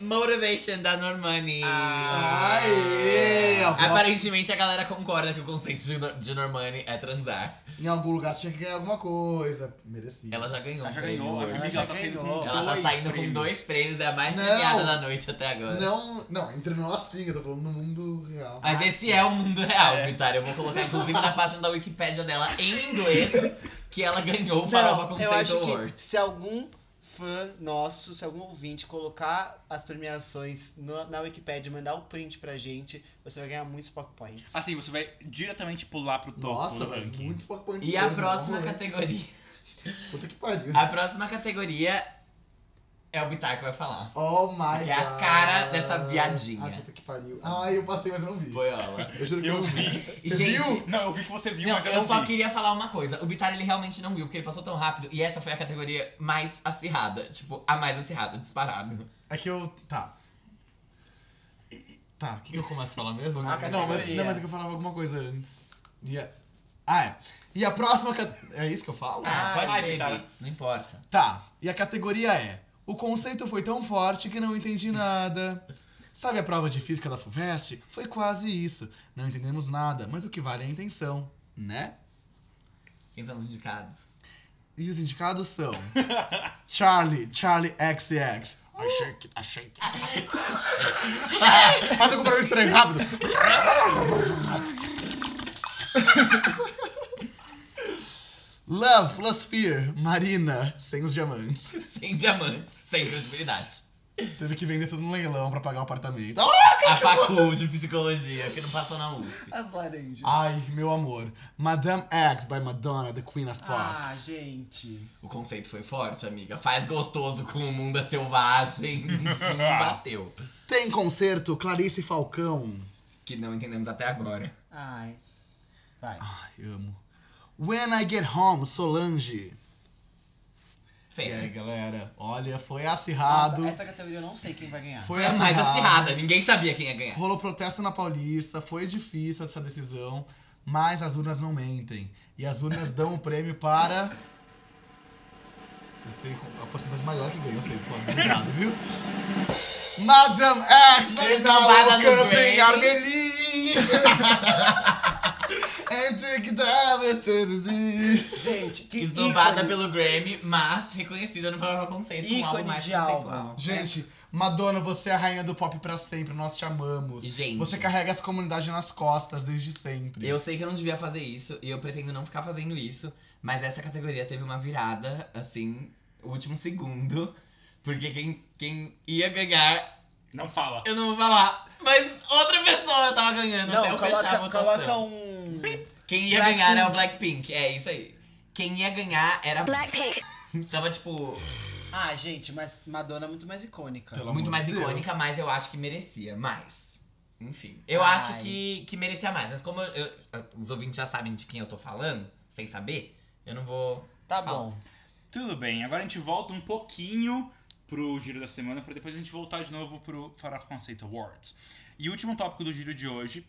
Motivation da Normani. Ah. Ah. Aê, ó. Aparentemente a galera concorda que o conceito de, Nor- de Normani é transar. Em algum lugar tinha que ganhar alguma coisa. Merecia. Ela já ganhou. Ela um já prêmio ganhou, hoje. amiga. Ela Ela, já tá saindo ganhou. com Ela tá dois saindo com prêmios. dois prêmios, é a mais Não. premiada da noite até agora. Não, não, entre nós sim, eu tô falando no mundo real. Mas esse é o mundo real, Vitória. Eu vou colocar, inclusive, na página da Wikipédia dela, em inglês, que ela ganhou o Farofa Não, eu Conceito acho Award. que se algum fã nosso, se algum ouvinte colocar as premiações no- na Wikipédia e mandar o print pra gente, você vai ganhar muitos PowerPoints. points. Assim, você vai diretamente pular pro topo Nossa, do mas ranking. muitos PowerPoint. E a próxima né? categoria... Puta que pariu. A próxima categoria é o Bitar que vai falar. Oh my Que é a God. cara dessa viadinha. Ai, puta que pariu. Ai, eu passei, mas eu não vi. Boiola. Eu juro que eu Eu não vi. vi. E, Você gente... viu? Não, eu vi que você viu, não, mas eu eu não só vi. queria falar uma coisa. O Bitar, ele realmente não viu, porque ele passou tão rápido. E essa foi a categoria mais acirrada. Tipo, a mais acirrada, disparado. É que eu. Tá. E- e- Tá, o que, que eu começo a falar mesmo? A não, mas, categoria. não, mas é que eu falava alguma coisa antes. E a... Ah, é. E a próxima. cate- É isso que eu falo? Ah, pode ai, ser, Bitar. Bits, não importa. Tá, e a categoria é: O conceito foi tão forte que não entendi nada. Sabe a prova de física da FUVEST? Foi quase isso. Não entendemos nada, mas o que vale é a intenção, né? Quem são os indicados? E os indicados são: Charlie, Charlie XX. Achei que. Achei que. Faz um comprovante estranho rápido. Love plus fear, Marina, sem os diamantes. Sem diamantes, sem credibilidade. Teve que vender tudo no leilão pra pagar o apartamento. A facul de psicologia, que não passou na USP. As laranjas. Ai, meu amor. Madame X by Madonna, the Queen of Pop. Ah, gente. O conceito foi forte, amiga. Faz gostoso com o mundo é selvagem. Enfim, bateu. Tem concerto Clarice Falcão. Que não entendemos até agora. Ai. Vai. Ai, amo. When I Get Home, Solange. E aí, Feio. galera? Olha, foi acirrado. Nossa, essa categoria eu não sei quem vai ganhar. Foi Foi a mais acirrado. acirrada, ninguém sabia quem ia ganhar. Rolou protesto na Paulista, foi difícil essa decisão, mas as urnas não mentem. E as urnas dão o prêmio para. Eu sei qual- a porcentagem maior que ganhou, eu sei, pô, obrigado, viu? Madame X vai Eles dar não vai dar o no camping prêmio. Arbeli! And take the to the- Gente, que Esnobada ícone. pelo Grammy, mas reconhecida no Palavra Conceito com um álbum Ícone mais de conceitual. álbum. Gente, Madonna, você é a rainha do pop pra sempre, nós te amamos. E, gente, Você carrega as comunidades nas costas desde sempre. eu sei que eu não devia fazer isso e eu pretendo não ficar fazendo isso, mas essa categoria teve uma virada, assim, o último segundo. Porque quem, quem ia ganhar, Não fala. eu não vou falar. Mas outra pessoa tava ganhando até eu Não, fechar a coloca, votação. coloca um. Quem ia Blackpink. ganhar era o Blackpink, é isso aí. Quem ia ganhar era Blackpink. Tava, tipo, Ah, gente, mas Madonna é muito mais icônica. Pelo amor muito de mais Deus. icônica, mas eu acho que merecia mais. Enfim, eu Ai. acho que, que merecia mais, mas como eu- eu- os ouvintes já sabem de quem eu tô falando, sem saber, eu não vou. Tá bom. Tudo bem, agora a gente volta um pouquinho pro Giro da Semana, pra depois a gente voltar de novo pro Farofa Conceito Awards. E o último tópico do Giro de hoje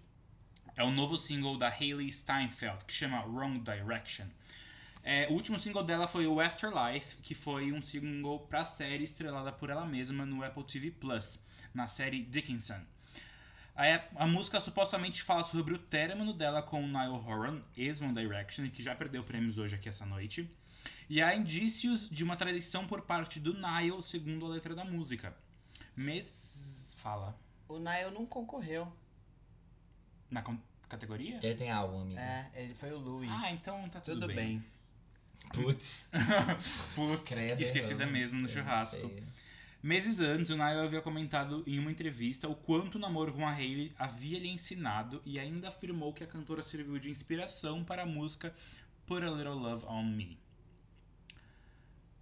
é o novo single da Hailey Steinfeld, que chama Wrong Direction. É, o último single dela foi o Afterlife, que foi um single pra série estrelada por ela mesma no Apple TV Plus, na série Dickinson. A, é, a música supostamente fala sobre o término dela com o Niall Horan, ex-One Direction, que já perdeu prêmios hoje aqui essa noite. E há indícios de uma traição por parte do Niall, segundo a letra da música. Mes... Fala. O Niall não concorreu. Na con- categoria? Ele tem álbum, amigo. É, ele foi o Louis. Ah, então tá tudo, Tudo bem. Putz, Putz, credo. esquecida eu não mesmo no sei, eu não churrasco. sei. Meses antes, o Niall havia comentado em uma entrevista o quanto o namoro com a Hailey havia lhe ensinado e ainda afirmou que a cantora serviu de inspiração para a música Put a Little Love on Me.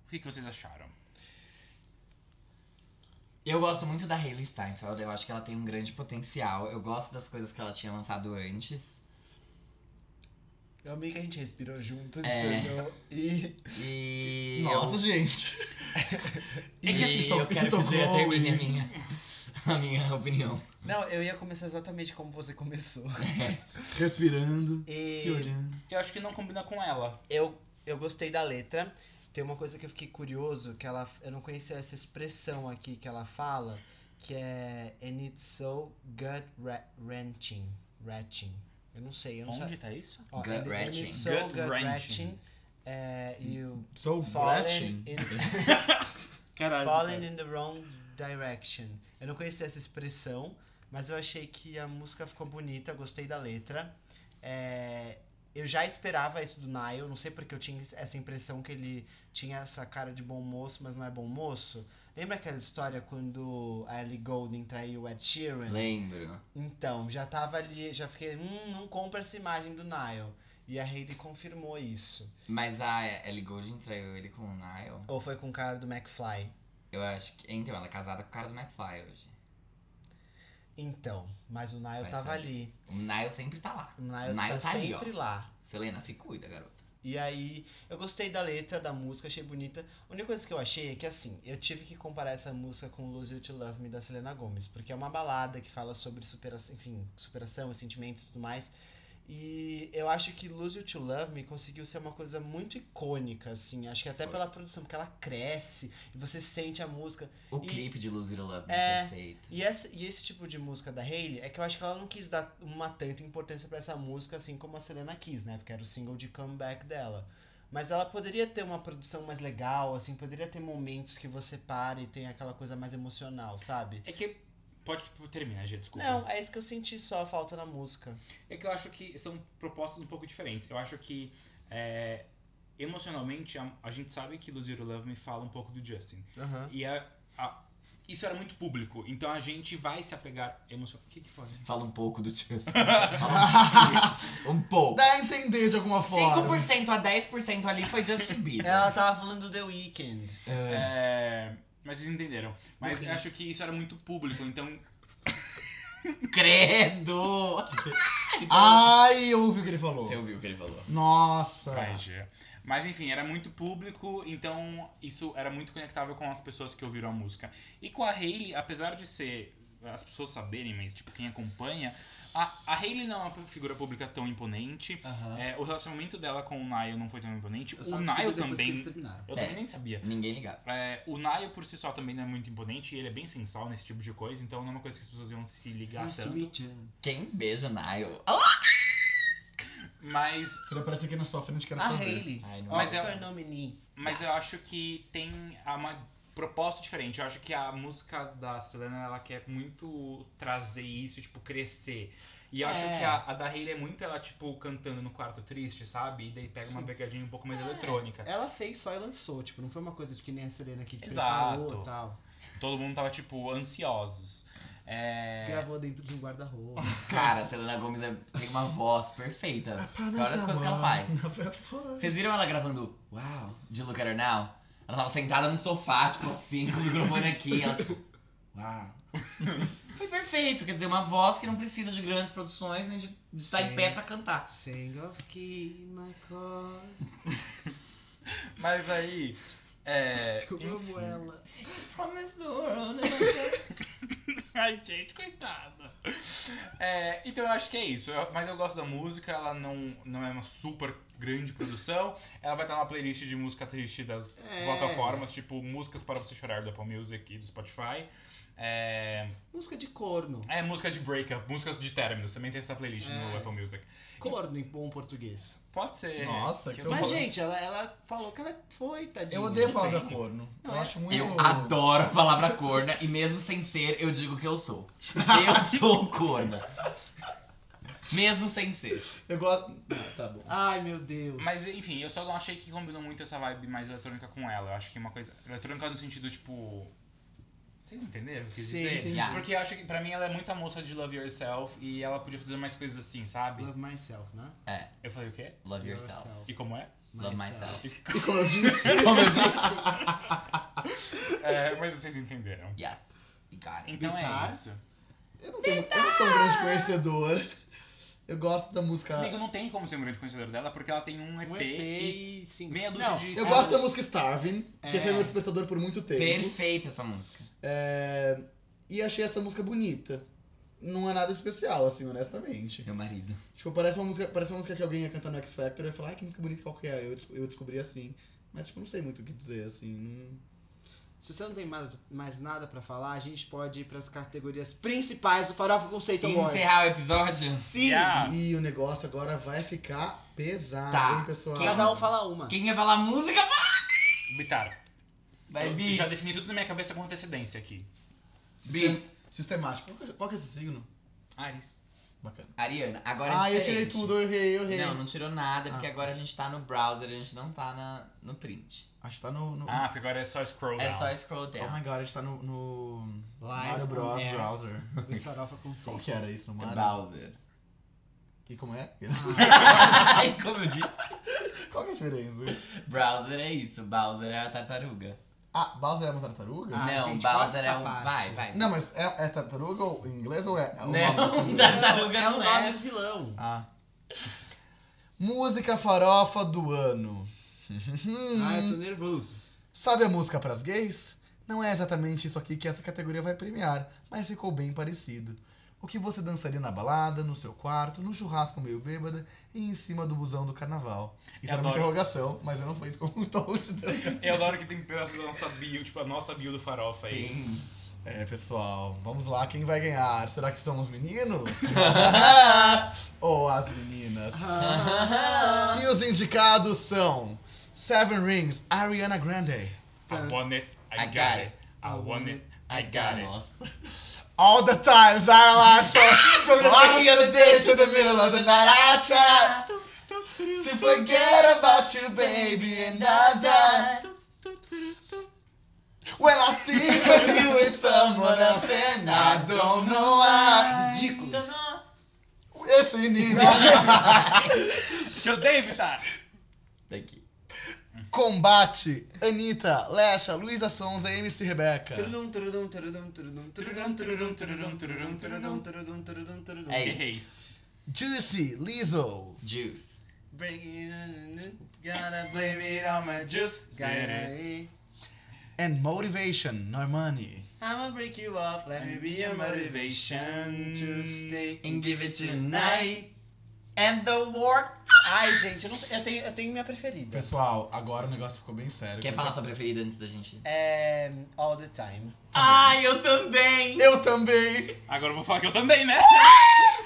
O que, que vocês acharam? Eu gosto muito da Hailey Steinfeld, eu acho que ela tem um grande potencial. Eu gosto das coisas que ela tinha lançado antes. Eu amei que a gente respirou juntos É. e se olhou. E. E. Nossa, eu... gente. E, esse to- eu quero esse é que o Jean tocou, termine e- a minha, a minha opinião. Não, eu ia começar exatamente como você começou. Respirando, E- se olhando. Eu acho que não combina com ela. Eu, eu gostei da letra. Tem uma coisa que eu fiquei curioso, que ela. Eu não conhecia essa expressão aqui que ela fala, que é And it's so gut ra- wrenching. Wrenching. Eu não sei, eu não Onde sei. tá isso? Ó, Gut and- and wrenching. it's so Gut gut wrenching. wrenching. é, you Sou fallen Gretchen. in, Caralho. fallen in the wrong direction. Eu não conhecia essa expressão, mas eu achei que a música ficou bonita, gostei da letra. É, eu já esperava isso do Niall, não sei porque eu tinha essa impressão que ele tinha essa cara de bom moço, mas não é bom moço. Lembra aquela história quando a Ellie Goulding traiu o Ed Sheeran? Lembro. Então, já tava ali, já fiquei, hum, não compra essa imagem do Niall. E a Hayley confirmou isso. Mas a Ellie Goulding traiu ele com o Niall. Ou foi com o cara do McFly? Eu acho que. Então, ela é casada com o cara do McFly hoje. Então, mas o Niall Vai tava saber. ali. O Niall sempre tá lá. O Niall, tá Niall tá ali, ó. sempre lá. Selena, se cuida, garota. E aí, eu gostei da letra da música, achei bonita. A única coisa que eu achei é que, assim, eu tive que comparar essa música com Lose You to Love Me da Selena Gomez, porque é uma balada que fala sobre superação, enfim, superação e sentimentos e tudo mais. E eu acho que Lose You to Love Me conseguiu ser uma coisa muito icônica, assim. Acho que até Foi. pela produção, porque ela cresce e você sente a música. O E- clipe de Lose It Love É, é perfeito. E essa- e esse, tipo de música da Hailey é que eu acho que ela não quis dar uma tanta importância pra essa música assim como a Selena quis, né? Porque era o single de comeback dela. Mas ela poderia ter uma produção mais legal, assim, poderia ter momentos que você para e tem aquela coisa mais emocional, sabe? É que. Pode tipo, terminar, gente, desculpa. Não, é isso que eu senti só a falta na música. É que eu acho que são propostas um pouco diferentes. Eu acho que é, emocionalmente a, a gente sabe que Lose Your Love me fala um pouco do Justin. Aham. E a, a- isso era muito público. Então a gente vai se apegar emocionalmente. O que, que foi? Fala um pouco do Justin. um pouco. Dá a entender de alguma forma. 5% a 10% ali foi Justin Bieber. Ela tava falando do The Weeknd. É. É, mas vocês entenderam. Mas eu acho que isso era muito público, então. Credo! Ai, eu ouvi o que ele falou. Você ouviu o que ele falou? Nossa. Vai, Gê. Mas enfim, era muito público, então isso era muito conectável com as pessoas que ouviram a música. E com a Hailey, apesar de ser. as pessoas saberem, mas tipo, quem acompanha. A, a Hailey não é uma figura pública tão imponente. Aham. É, o relacionamento dela com o Niall não foi tão imponente. Eu só O descobri Niall depois que eles também. terminaram. Eu É. também nem sabia. Ninguém ligava. É, o Nayo por si só também não é muito imponente e ele é bem sensal nesse tipo de coisa, então não é uma coisa que as pessoas iam se ligar Nice to tanto. meet you. Quem beija Nile? Ah! Mas, Você vai aparecer aqui na sua frente, Ah, quero A saber. Hailey, Ai, não Mas Oscar é- nominee. mas eu acho que tem uma proposta diferente. Eu acho que a música da Selena ela quer muito trazer isso, tipo, crescer. E eu acho É. que a, a da Hailey é muito ela, tipo, cantando no quarto triste, sabe? E daí pega uma pegadinha um pouco mais eletrônica. Ela fez só e lançou, tipo, não foi uma coisa de que nem a Serena que Exato. preparou e tal. Todo mundo tava, tipo, ansiosos. É... Gravou dentro de um guarda-roupa. Cara, a Selena Gomes é- tem uma voz perfeita. Apenas Olha as coisas que ela faz. faz. Vocês viram ela gravando Wow, de Look at Her Now? Ela tava sentada no sofá, tipo assim, com o microfone aqui. Ela tipo, Wow. Foi perfeito, quer dizer, uma voz que não precisa de grandes produções nem de de estar em Sim. pé pra cantar. Sing of key in my cause. Mas aí. É, Eu amo enfim. ela. Promise the world. Ai, gente, coitada. É, então eu acho que é isso. Eu- mas eu gosto da música, ela não, não é uma super grande produção. Ela vai estar na playlist de música triste das É. plataformas, tipo músicas para você chorar do Apple Music e do Spotify. É, Música de corno. é música de breakup, músicas de términos. Também tem essa playlist É. no Apple Music. Corno em bom português. Pode ser. Nossa, que eu- Tô Mas, horror. falando- gente, ela, ela falou que ela foi, tadinha. Eu odeio a palavra Bem. corno. Eu Não, é- acho muito. Eu adoro a palavra corna e mesmo sem ser, eu digo que eu sou. Eu sou corna. Mesmo sem ser. Eu gosto. Ah, tá bom. Ai, meu Deus. Mas enfim, eu só não achei que combinou muito essa vibe mais eletrônica com ela. Eu acho que é uma coisa. Eletrônica no sentido, tipo. Vocês entenderam o que eu quis Sim, dizer? entendi. Yeah. Porque eu acho que pra mim ela é muita moça de Love Yourself e ela podia fazer mais coisas assim, sabe? Love myself, né? Eu falei o quê? Love yourself. Oh, E como é? Love myself. E como eu disse. Como eu disse. É, mas vocês entenderam. Yes. You got it. Então Bitar. é isso. Eu não, tenho- eu não sou um grande conhecedor. Eu gosto da música. Amigo, não tem como ser um grande conhecedor dela porque ela tem um EP, Um EP e e cinco. meia dúzia Não, de. Eu É, gosto da música Starving, que É. foi meu despertador por muito tempo. Perfeita essa música. É, E achei essa música bonita. Não é nada especial, assim, honestamente. Meu marido. Tipo, parece uma música, parece uma música que alguém ia cantar no X Factor e ia falar, ai, que música bonita, qual que é? Eu, des- eu descobri assim. Mas, tipo, não sei muito o que dizer, assim. não- Se você não tem mais, mais nada pra falar, a gente pode ir pras categorias principais do Farofa Conceito Quem Awards. encerrar o episódio? Sim! Yeah. E o negócio agora vai ficar pesado, Tá. hein, pessoal? Cada um fala uma. Quem ia falar música? Bitar. Vai, Eu Bi. Já defini tudo na minha cabeça com antecedência aqui. Sistem- Sistemático. Qual que, é- qual que é esse signo? Ares. Bacana. Ariana, agora é Ah, eu tirei diferente. tudo, eu errei, eu errei. Não, não tirou nada, porque Ah. agora a gente tá no browser, a gente não tá na, no print. Acho que tá no... no- Ah, porque agora é só scroll É down. só scroll Oh down. my god, a gente tá no... no... Live Mario on Bros. air. Browser. Do Farofa Qual Conceito. que era isso no É Mario? browser. E como é? Ah, Ai, como eu disse. qual que é a diferença? Browser é isso, Bowser é a tartaruga. Ah, Bowser é uma tartaruga? Ah, não, gente, corta Bowser essa é um. parte. Vai, vai. Não, mas é, é tartaruga ou em inglês ou é? é o Não, nome? tartaruga é o não nome é. do vilão. Ah. Música farofa do ano. Hum. Ah, eu tô nervoso. Sabe a música pras gays? Não é exatamente isso aqui que essa categoria vai premiar, mas ficou bem parecido. O que você dançaria na balada, no seu quarto, no churrasco meio bêbada e em cima do busão do carnaval? Isso Eu era uma adoro. interrogação, mas eu não fiz como um tom de dança. Eu adoro que tem pedaços da nossa bio, tipo a nossa bio do farofa aí. Sim. É, pessoal, vamos lá, quem vai ganhar? Será que são os meninos? Ou as meninas? E os indicados são Seven Rings, Ariana Grande, I want it, I, I got, got it. I want it, I got it. Nossa. All the Time, Zara Larson, From the beginning of the day to the middle of the night I try To é forget about you baby and I die When I think of you it's someone else é and I don't know why. Ridículos. Esse nível. Que eu dei, Vittar! Daqui. Combate. Anitta, Lesha, Luísa Sonza e MC Rebeca. Turudum, turudum, turudum, turudum, turudum, turudum, turudum, turudum, turudum, turudum, turudum, turudum. É isso. Errei. Juicy, Lizzo. Juice. Breaking it, gotta blame it on my juice. Gotta eat. And Motivation, Normani. I'ma break you off, let me be your motivation to stay And give it tonight. And the war. Ai, gente, eu não sei, eu tenho, eu tenho minha preferida. Pessoal, agora o negócio ficou bem sério. Quer falar sua preferida antes da gente? É. All the time. Ai, eu também! Eu também. Agora eu vou falar que eu também, né?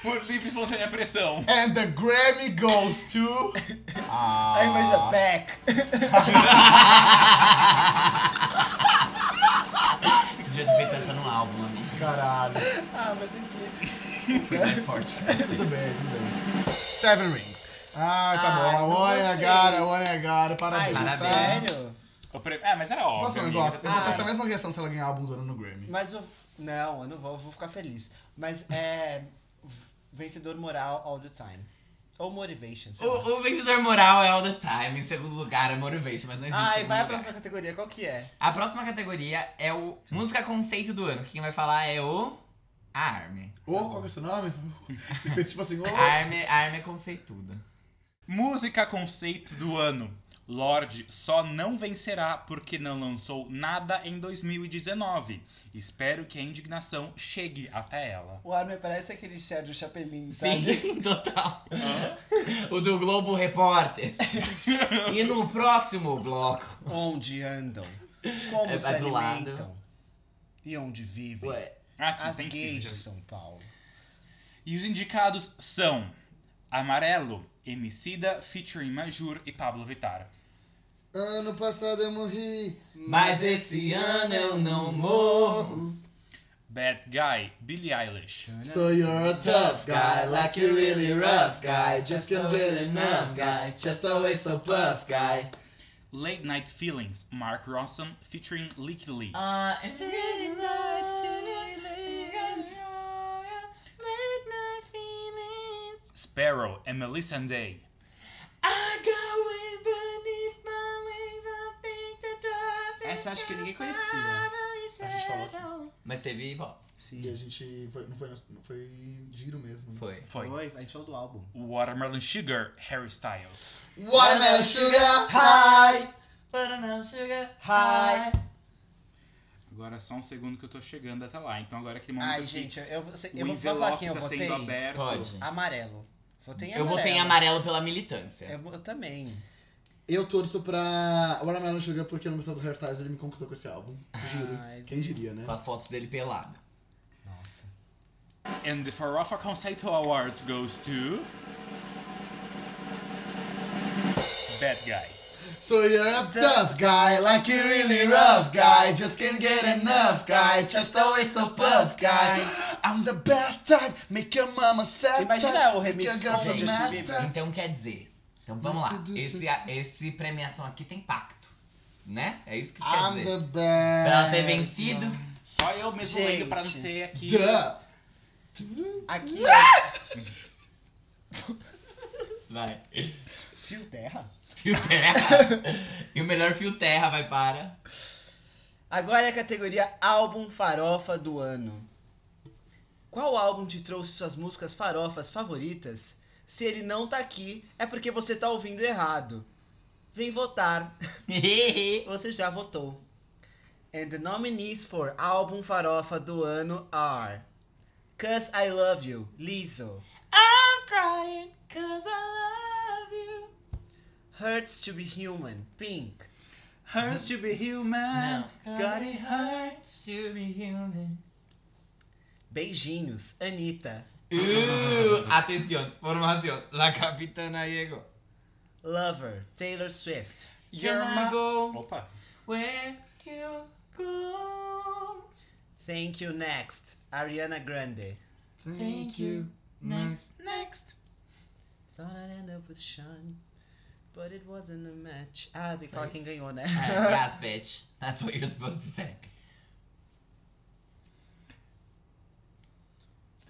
Por livre e espontânea pressão. And the Grammy goes to. Ah. I'm Asia é back. Esse dia devia estar entrando no álbum, amigo. Caralho. ah, mas enfim. Foi mais forte. Tudo bem, tudo bem. Seven Rings. Ah, tá Ah, bom. não One é gostei. agora, one é agora. Ai, Parabéns. gente, tá? Parabéns. sério? Eu pre- É, mas era óbvio. Posso um amiga. negócio? Eu vou Ah. ter essa mesma reação se ela ganhar álbum do ano no Grammy. Mas o. Não, eu não vou, eu vou ficar feliz. Mas é. v- Vencedor moral all the time. Ou motivation, sei lá. O, o vencedor moral é All the Time, em segundo lugar é Motivation, mas não existe. Ai, segundo vai a lugar. próxima categoria, qual que é? A próxima categoria é o Música Conceito do Ano. que Quem vai falar é o. A Arme. Ô, qual que é o seu nome? Ele fez tipo assim, ô. A Arme, a Arme é conceituda. Música conceito do ano. Lorde só não vencerá porque não lançou nada em 2019. Espero que a indignação chegue até ela. O Armin parece aquele Sérgio Chapelin, sabe? Sim, total. O do Globo Repórter. e no próximo bloco. Onde andam? Como É, se vai do lado. alimentam? E onde vivem? Ué, Aqui As tem gays de filhas. São Paulo. E os indicados são Amarelo, Emicida, featuring Majur e Pablo Vittar. é. Ano passado eu morri. Hum. mas esse ano eu não morro. Bad Guy, Billie Eilish. So you're a tough guy, like you're really rough guy. Just can't get enough guy, just always so puff guy. Late Night Feelings, Mark Ronson featuring Lick Lee. Ah, and Sparrow and Melissa Day. Essa acho que ninguém conhecia. A gente falou aqui. Mas teve votos. E a gente foi, não foi, não foi giro mesmo. Foi. Foi. Oi, a gente falou do álbum. Watermelon Sugar, Harry Styles. Watermelon Sugar High. Hi. Agora é só um segundo que eu tô chegando até lá. Então agora é aquele momento Ai, que gente, eu, eu, vou- o eu vou falar envelope quem eu tá votei. sendo aberto. Pode. Amarelo. Votei em Eu amarelo. votei em amarelo pela militância. Eu, eu também. Eu torço pra Watermelon Sugar porque no meu do Hairstyles ele me conquistou com esse álbum. Juro. Ai, Quem diria, né? Com as fotos dele pelado. Nossa. And the Farofa Conceito Awards goes to... Bad Guy. So you're a tough guy, like you're really rough guy. Just can't get enough guy, just always so puff guy. I'm the bad type, make your mama sad. Imagina type, o make remix your com assim, o girl Justin mad Bieber. type. Então quer dizer. Então vamos lá. Esse, esse premiação aqui tem pacto. Né? É isso que isso quer I'm dizer. the bad. Pra ela ter vencido. Só eu mesmo Gente. lembro pra não ser aqui... Duh. Aqui é Vai. Fio Terra. Fio terra. e o melhor fio terra vai para. Agora é a categoria Álbum Farofa do Ano. Qual álbum te trouxe suas músicas farofas favoritas? Se ele não tá aqui, é porque você tá ouvindo errado. Vem votar. Você já votou. And the nominees for Álbum Farofa do Ano are... Cause I Love You, Lizzo. Hurts to be Human, Pink. Hurts to be Human, God it hurts to be human. Beijinhos, Anitta. Uh, atenção, formação. La capitana llegó. Lover, Taylor Swift. You're Can I my- go Opa. where you go? Thank You Next, Ariana Grande. Thank you. Next, next. Thought I'd end up with Sean. But it wasn't a match. Ah, tem que falar quem ganhou, né? É, yes, bitch. That's what you're supposed to say.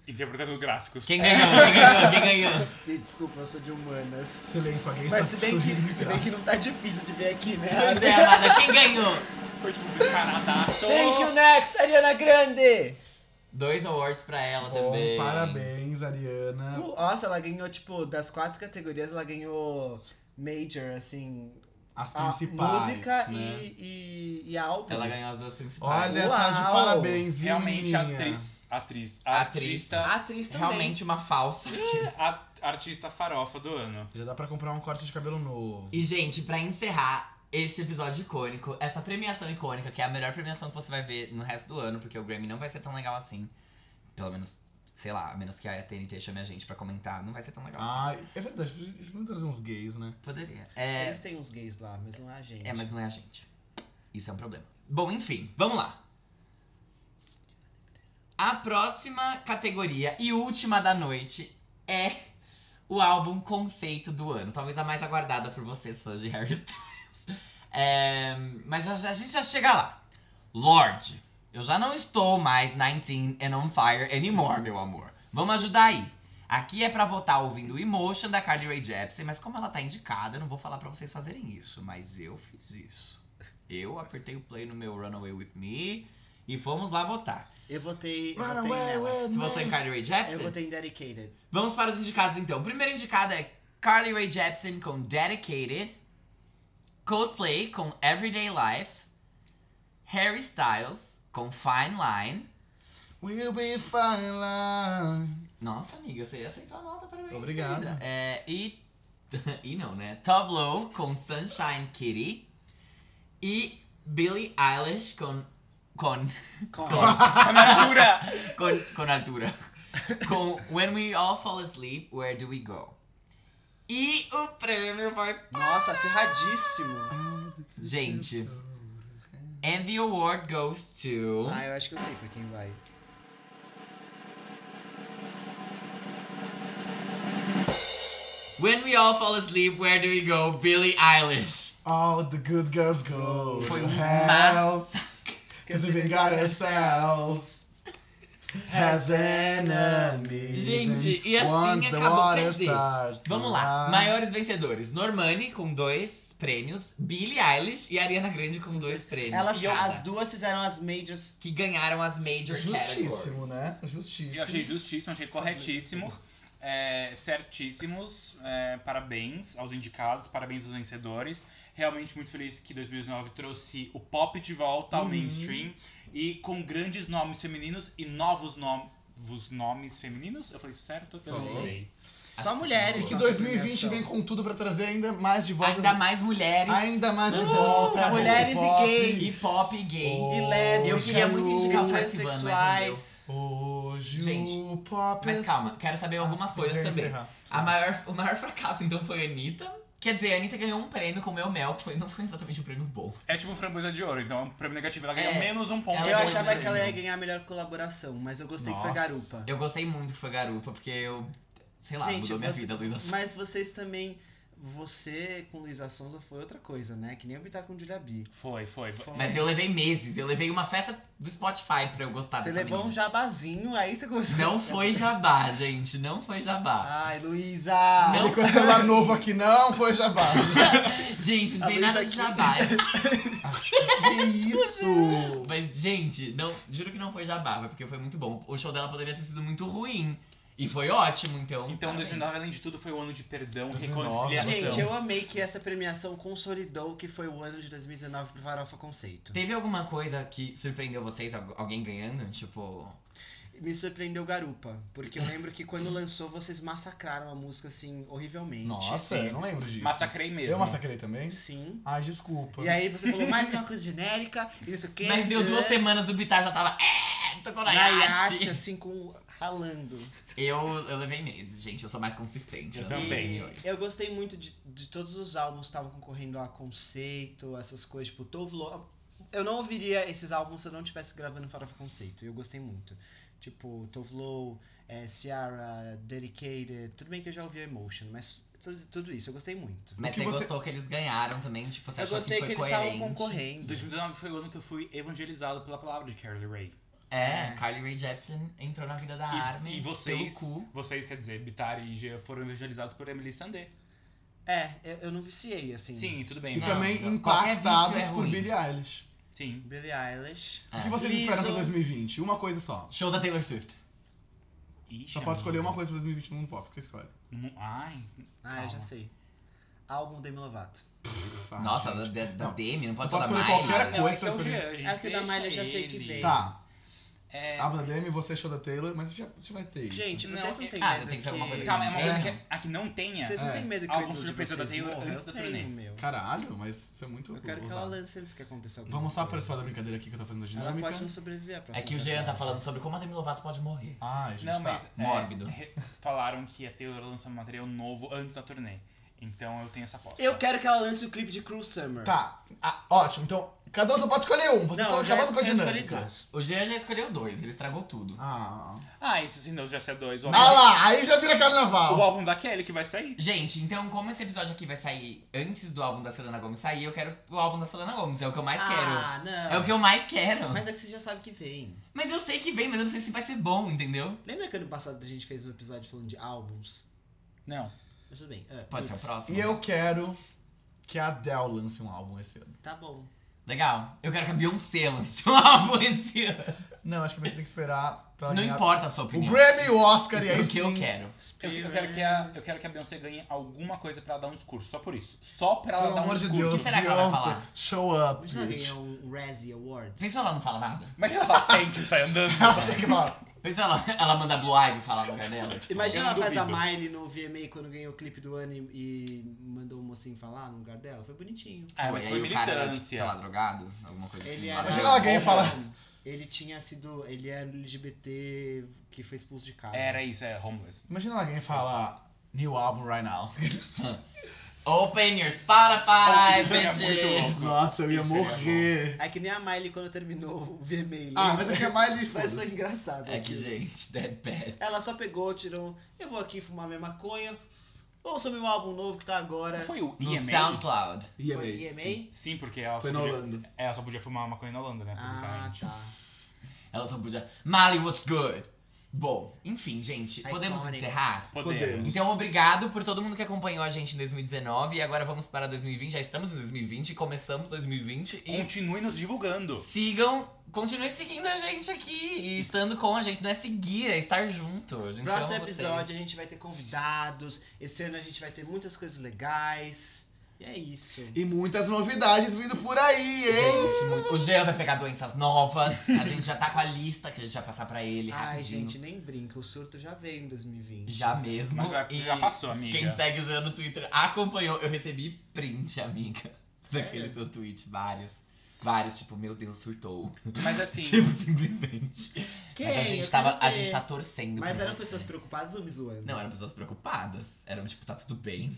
Interpretando gráficos. É, Quem ganhou? Quem ganhou? Quem ganhou? Gente, desculpa, eu sou de humanas. Silêncio, tá alguém Mas está se bem, que, discutindo se isso. bem que não tá difícil de ver aqui, né? Pois é, amada, quem ganhou? Foi tipo descarada. Thank you, next, Ariana Grande! Dois awards pra ela Bom, também. Parabéns, Ariana. Uh, Nossa, ela ganhou, tipo, das quatro categorias, ela ganhou major, assim, As a principais. música né? e, e, e álbum. Ela ganhou as duas principais. Olha, Uau! tá de parabéns, viu? Realmente menina? atriz. Atriz. Atriz. Artista. A atriz também. Realmente uma falsa. a- artista farofa do ano. Já dá pra comprar um corte de cabelo novo. E, gente, pra encerrar este episódio icônico, essa premiação icônica, que é a melhor premiação que você vai ver no resto do ano, porque o Grammy não vai ser tão legal assim. Pelo menos, sei lá, a menos que a TNT chame a gente pra comentar, não vai ser tão legal assim. Ai, é verdade, a gente vai trazer uns gays, né? Poderia. É, Eles têm uns gays lá, mas não é a gente. é, mas não é a gente. Isso é um problema. Bom, enfim, vamos lá. A próxima categoria e última da noite é o álbum conceito do ano. Talvez a mais aguardada por vocês, fãs de Harry Styles. É, mas já- já- a gente já chega lá. Lorde, eu já não estou mais 19 and on fire anymore, meu amor. Vamos ajudar aí. Aqui é pra votar ouvindo Emotion da Carly Rae Jepsen, mas como ela tá indicada, eu não vou falar pra vocês fazerem isso, mas eu fiz isso. Eu apertei o play no meu Runaway With Me e fomos lá votar. Eu votei, eu Run votei away nela. with Você votou em me. Carly Rae Jepsen? Eu votei em Dedicated. Vamos para os indicados então. O primeiro indicado é Carly Rae Jepsen com Dedicated, Coldplay com Everyday Life, Harry Styles com Fine Line. We'll be fine line. Nossa, amiga, você aceitou a nota, parabéns. Obrigado. querida. É, e. e não, né? Tableau com Sunshine Kitty e Billie Eilish com. com. Com- A Natura! com, com altura. Com When We All Fall Asleep, Where Do We Go? E o prêmio vai Nossa, acirradíssimo. Gente. And the award goes to. Ah, eu acho que eu sei pra quem vai. When we all fall asleep, where do we go? Billie Eilish. All the good girls go Foi to um hell. Cause Cause we we got got herself. Has enemies. é Gente, e assim Once the acabou, water quer dizer, starts to Vamos lá. Ah. rise. Maiores vencedores: Normani com dois prêmios, Billie Eilish e Ariana Grande com dois prêmios. Elas, E eu- as duas fizeram as majors. que ganharam as major categories. Justíssimo, né? Eu achei Justíssimo. justíssimo, achei corretíssimo. é, certíssimos, é, parabéns aos indicados, parabéns aos vencedores. Realmente muito feliz que 2019 trouxe o pop de volta ao mainstream e com grandes nomes femininos e novos novos nomes femininos. Eu falei isso certo? Eu Sim. não sei. Acho Só que mulheres. E É que nossa 2020 premiação. vem com tudo pra trazer ainda mais de volta. um- Ainda mais mulheres. Ainda mais de Uh, volta. mulheres e pop. gays. E pop e gay. Oh. E Eu lésbicas, queria muito indicar o Percy Van, mas não deu. transexuais. Hoje Gente, o pop. é Mas calma, quero saber algumas coisas também. A maior, o maior fracasso, então, foi a Anitta. Quer dizer, a Anitta ganhou um prêmio com o Meu Mel, que foi, não foi exatamente um prêmio bom. É tipo framboesa de ouro, então é um prêmio negativo. Ela É. né? ganhou menos um ponto. Ela eu ganhou achava mesmo. que ela ia ganhar a melhor colaboração, mas eu gostei que foi Nossa. Garupa. Eu gostei muito que foi Garupa, porque eu... Sei lá, Gente, mudou minha você- vida, Luísa. Sonza. Mas vocês também. Você com Luísa Sonza foi outra coisa, né? Que nem habitar com Julia B. Foi, foi. foi. Mas eu levei meses, eu levei uma festa do Spotify pra eu gostar Você dessa levou um menina. jabazinho, aí você começou. Não foi jabá, gente, não foi jabá. Ai, Luísa! Não. Ah, E com esse celular novo aqui não foi jabá. gente, não A tem Luísa nada de aqui. jabá. que isso? Mas, gente, não, juro que não foi jabá, foi porque foi muito bom. O show dela poderia ter sido muito ruim, e foi ótimo, então... Então parabéns. 2009, além de tudo, foi o ano de perdão, 2009. reconciliação. Gente, eu amei que essa premiação consolidou o que foi o ano de 2019 pro Farofa Conceito. Teve alguma coisa que surpreendeu vocês? Algu- Alguém ganhando? Tipo. Me surpreendeu Garupa, porque eu lembro que quando lançou vocês massacraram a música assim horrivelmente. Nossa, eu não lembro disso. Massacrei mesmo. Eu massacrei também? Sim. Ai, desculpa. E aí você falou mais uma coisa genérica e não sei o quê. Mas deu duas né? semanas, o Bitar já tava. É, tocou na na iate, iate. assim, com ralando. Eu, eu levei meses, gente. Eu sou mais consistente. Eu não sei também. hoje. Eu gostei muito de, de todos os álbuns que estavam concorrendo a conceito, essas coisas, tipo, Tove Lo- Eu não ouviria esses álbuns se eu não estivesse gravando Farofa Conceito. Eu gostei muito. Tipo, Tovlow, é, Ciara, Dedicated. Tudo bem que eu já ouvi Emotion, mas tu- tudo isso. Eu gostei muito. Mas O que você você- gostou que eles ganharam também, tipo, você Eu achou gostei que que, foi eles coerente. estavam concorrendo. 2019 foi o ano que eu fui evangelizado pela palavra de Carly Ray. É, Carly Rae Jepsen entrou na vida da Armin E, e vocês, pelo cu. vocês, quer dizer, Bitar e Gia foram evangelizados por Emily Sandé. É, eu, eu não viciei, assim. Sim, tudo bem. E Não, mas- também não, então, qualquer impactados vício é por ruim. Billie Eilish. Sim. Billie Eilish. O que É. vocês Liso. esperam pra 2020? Uma coisa só. Show da Taylor Swift. Ixi, Só é pode escolher amigo. uma coisa pra 2020 no mundo pop. O que você escolhe? Mu- Ai. Ah, eu já Calma. sei. Álbum Demi Lovato. Tá, Nossa, gente. da, da Não. Demi, não Você pode ser pode da escolher Miley. qualquer Não, coisa é que é o sobre- Jean, gente. É que o da deixa Miley eu já sei que ele. vem. Tá, É, a da Demi, você show da Taylor, mas já- você vai ter isso. Gente, Não, vocês não eu- têm Ah, medo tem que ser que... alguma coisa Calma, é uma coisa É. que, a que não tenha. Vocês não É. têm medo que Álbum o Edu de surpresa da vocês Taylor morra? antes Eu da turnê. tenho, meu. Caralho, mas isso é muito Eu quero que ela ousado. lance antes que aconteça alguma Vamos só coisa. participar da brincadeira aqui que eu tô fazendo a Ela dinâmica. pode não sobreviver à próxima É que o Jean tá temporada. falando sobre como a Demi Lovato pode morrer. Ai, gente, Não, tá. mas. é, Mórbido. re- falaram que a Taylor lança um material novo antes da turnê. Então eu tenho essa aposta. Eu quero que ela lance o clipe de Cruel Summer. Tá, ah, ótimo. Então, cada um só pode escolher um. Vocês Não, estão eu já, acabando com a eu escolhi dinâmica. dois. O Jean já escolheu dois, ele estragou tudo. Ah, Ah, isso sim, não, já sei dois. O ah álbum, lá, aí já vira o carnaval. álbum da Kelly que vai sair. Gente, então como esse episódio aqui vai sair antes do álbum da Selena Gomes sair, eu quero o álbum da Selena Gomes, é o que eu mais ah, quero. não. É o que eu mais quero. Mas... Mas é que você já sabe que vem. eu sei que vem, mas eu não sei se vai ser bom, entendeu? Lembra que ano passado a gente fez um episódio falando de álbuns? Não. Mas tudo bem. Ah, Pode putz, ser o próximo. E eu quero que a Adele lance um álbum esse ano. Tá bom. Legal. Eu quero que a Beyoncé lance um álbum esse ano. Não, acho que você tem que esperar pra Não ganhar importa a sua o opinião. Grammy e o Oscar e Isso é aí o que eu sim. quero. Eu, eu quero que a, eu quero que a Beyoncé ganhe alguma coisa pra ela dar um discurso, só por isso. Só pra ela Pelo dar um amor de discurso. Deus, O que será que ela vai Beyoncé, falar? show up, Imagina bitch. ganhar um Razzie Awards. Pensa ela não fala nada. Mas ela fala thank you, sai andando. Ah, Ela chega e fala, Pensa ela, ela manda Blue Ivy falar no lugar dela. tipo, Imagina ela Eu faz a duvido. Miley no VMA quando ganhou o clipe do ano e, e mandou o mocinho falar no lugar dela. Foi bonitinho. Ah, Pô, mas e foi aí o cara era, tipo, sei lá, militância. drogado, alguma coisa assim. Ele lá era- dentro. Imagina ela ganha e fala- Ele tinha sido. Ele era LGBT que foi expulso de casa. Era isso, é homeless. Imagina alguém falar new album right now. Open your Spotify, Oh, isso seria muito bitches. louco. Nossa, eu ia Isso seria morrer. É que nem a Miley quando terminou o VMA. Ah, lembra? mas é que é mais Mas foi difícil. engraçado. É que, aquilo. gente, that bad. Ela só pegou, tirou. Eu vou aqui fumar minha maconha. Ouça meu álbum novo que tá agora. Não foi o No EMA? SoundCloud. E Foi é aí? EMA? Sim, porque ela Foi só na podia, é, Holanda. ela só podia fumar maconha na Holanda, né? Ah, publicamente. tá. então Ela só podia. Mali was good. Bom, enfim, gente, Iconic. podemos encerrar? Podemos. Então, obrigado por todo mundo que acompanhou a gente em 2019. E agora vamos para 2020. Já estamos em 2020, começamos 2020. E Continue nos divulgando. sigam, continuem seguindo a gente aqui. E estando com a gente, não é seguir, é estar junto. A gente Próximo ama vocês. episódio a gente vai ter convidados. Esse ano a gente vai ter muitas coisas legais. E é isso. E muitas novidades vindo por aí, hein? Gente, muito- O Jean vai pegar doenças novas. A gente já tá com a lista que a gente vai passar pra ele Ai, rapidinho. gente, nem brinca. O surto já veio em 2020. Já mesmo. Mas já, E já passou, amiga. Quem segue o Jean no Twitter acompanhou. Eu recebi print, amiga. Daquele seu tweet, vários. Vários, tipo, meu Deus, surtou. Mas assim, Tipo, simplesmente. Quem? Mas a Eu gente, quero tava, a ver. gente tá torcendo. Mas por eram você. pessoas preocupadas ou me zoando? Não, eram pessoas preocupadas. Eram tipo, tá tudo bem.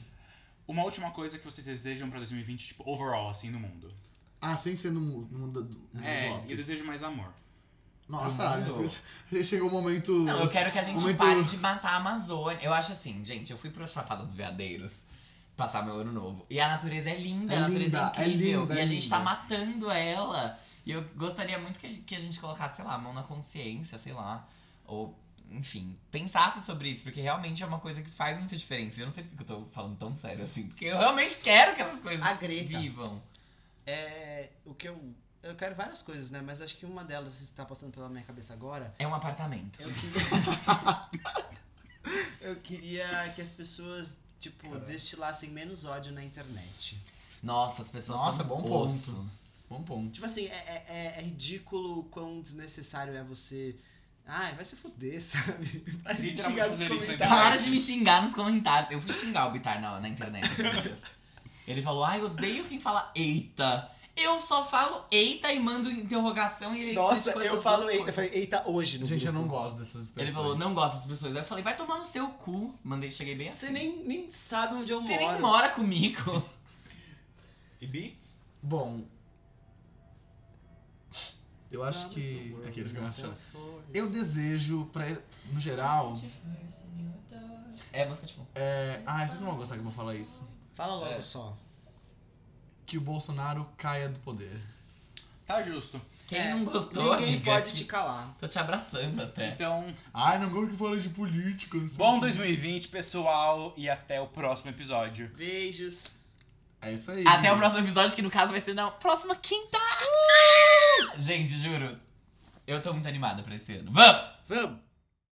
uma última coisa que vocês desejam pra 2020, tipo, overall, assim, no mundo. Ah, sem ser no mu- no mundo do Ah, no é, mundo eu pop. desejo mais amor. Nossa, No olha, mundo. foi- chegou o momento... Não, eu quero que a gente Muito- pare de matar a Amazônia. Eu acho assim, gente, eu fui pra Chapada dos Veadeiros passar meu ano novo. E a natureza é linda, É a natureza linda, é é incrível. linda, e a é gente tá linda. matando ela. E eu gostaria muito que a gente, que a gente colocasse, sei lá, a mão na consciência, sei lá. Ou, enfim, pensasse sobre isso, porque realmente é uma coisa que faz muita diferença. Eu não sei porque eu tô falando tão sério assim, porque eu realmente quero que essas coisas A Greta. vivam. É. O que eu. Eu quero várias coisas, né? Mas acho que uma delas está passando pela minha cabeça agora É um apartamento. Eu queria... eu queria que as pessoas, tipo, destilassem menos ódio na internet. Nossa, as pessoas Nossa, são um bom ponto. osso. Bom ponto. Tipo assim, é, é- é- é ridículo o quão desnecessário é você... Ai, vai se fuder, sabe? Para de Literalmente xingar nos fazer né? isso aí comentários. Para de me xingar nos comentários. Eu fui xingar o Bitar na, na internet esses dias. Ele falou, ai, eu odeio quem fala eita. Eu só falo eita e mando interrogação e ele. Nossa, criticou essas eu falo duas eita. Eu coisas. falei eita hoje no Gente, eu grupo. não gosto dessas pessoas. Ele falou, não gosto das pessoas. Aí eu falei, vai tomar no seu cu. Mandei, cheguei bem assim. Você nem, nem sabe onde eu Você nem moro. mora comigo. E Beats? Bom, Eu acho que. Aqueles né? que eu acho. Eu desejo, pra, no geral. É música de fundo. É... Ah, vocês não vão gostar que eu vou falar isso. Fala logo É. só. Que o Bolsonaro caia do poder. Tá justo. Quem É, não gostou, Ninguém amiga, pode te calar. Tô te abraçando até. Então, Ai, não gosto que fala de política. Não sei bom o quê. 2020, pessoal, e até o próximo episódio. Beijos. É isso aí. Até o próximo episódio, que no caso vai ser na próxima quinta. Uh! Gente, juro. Eu tô muito animada pra esse ano. Vamos! Vamos!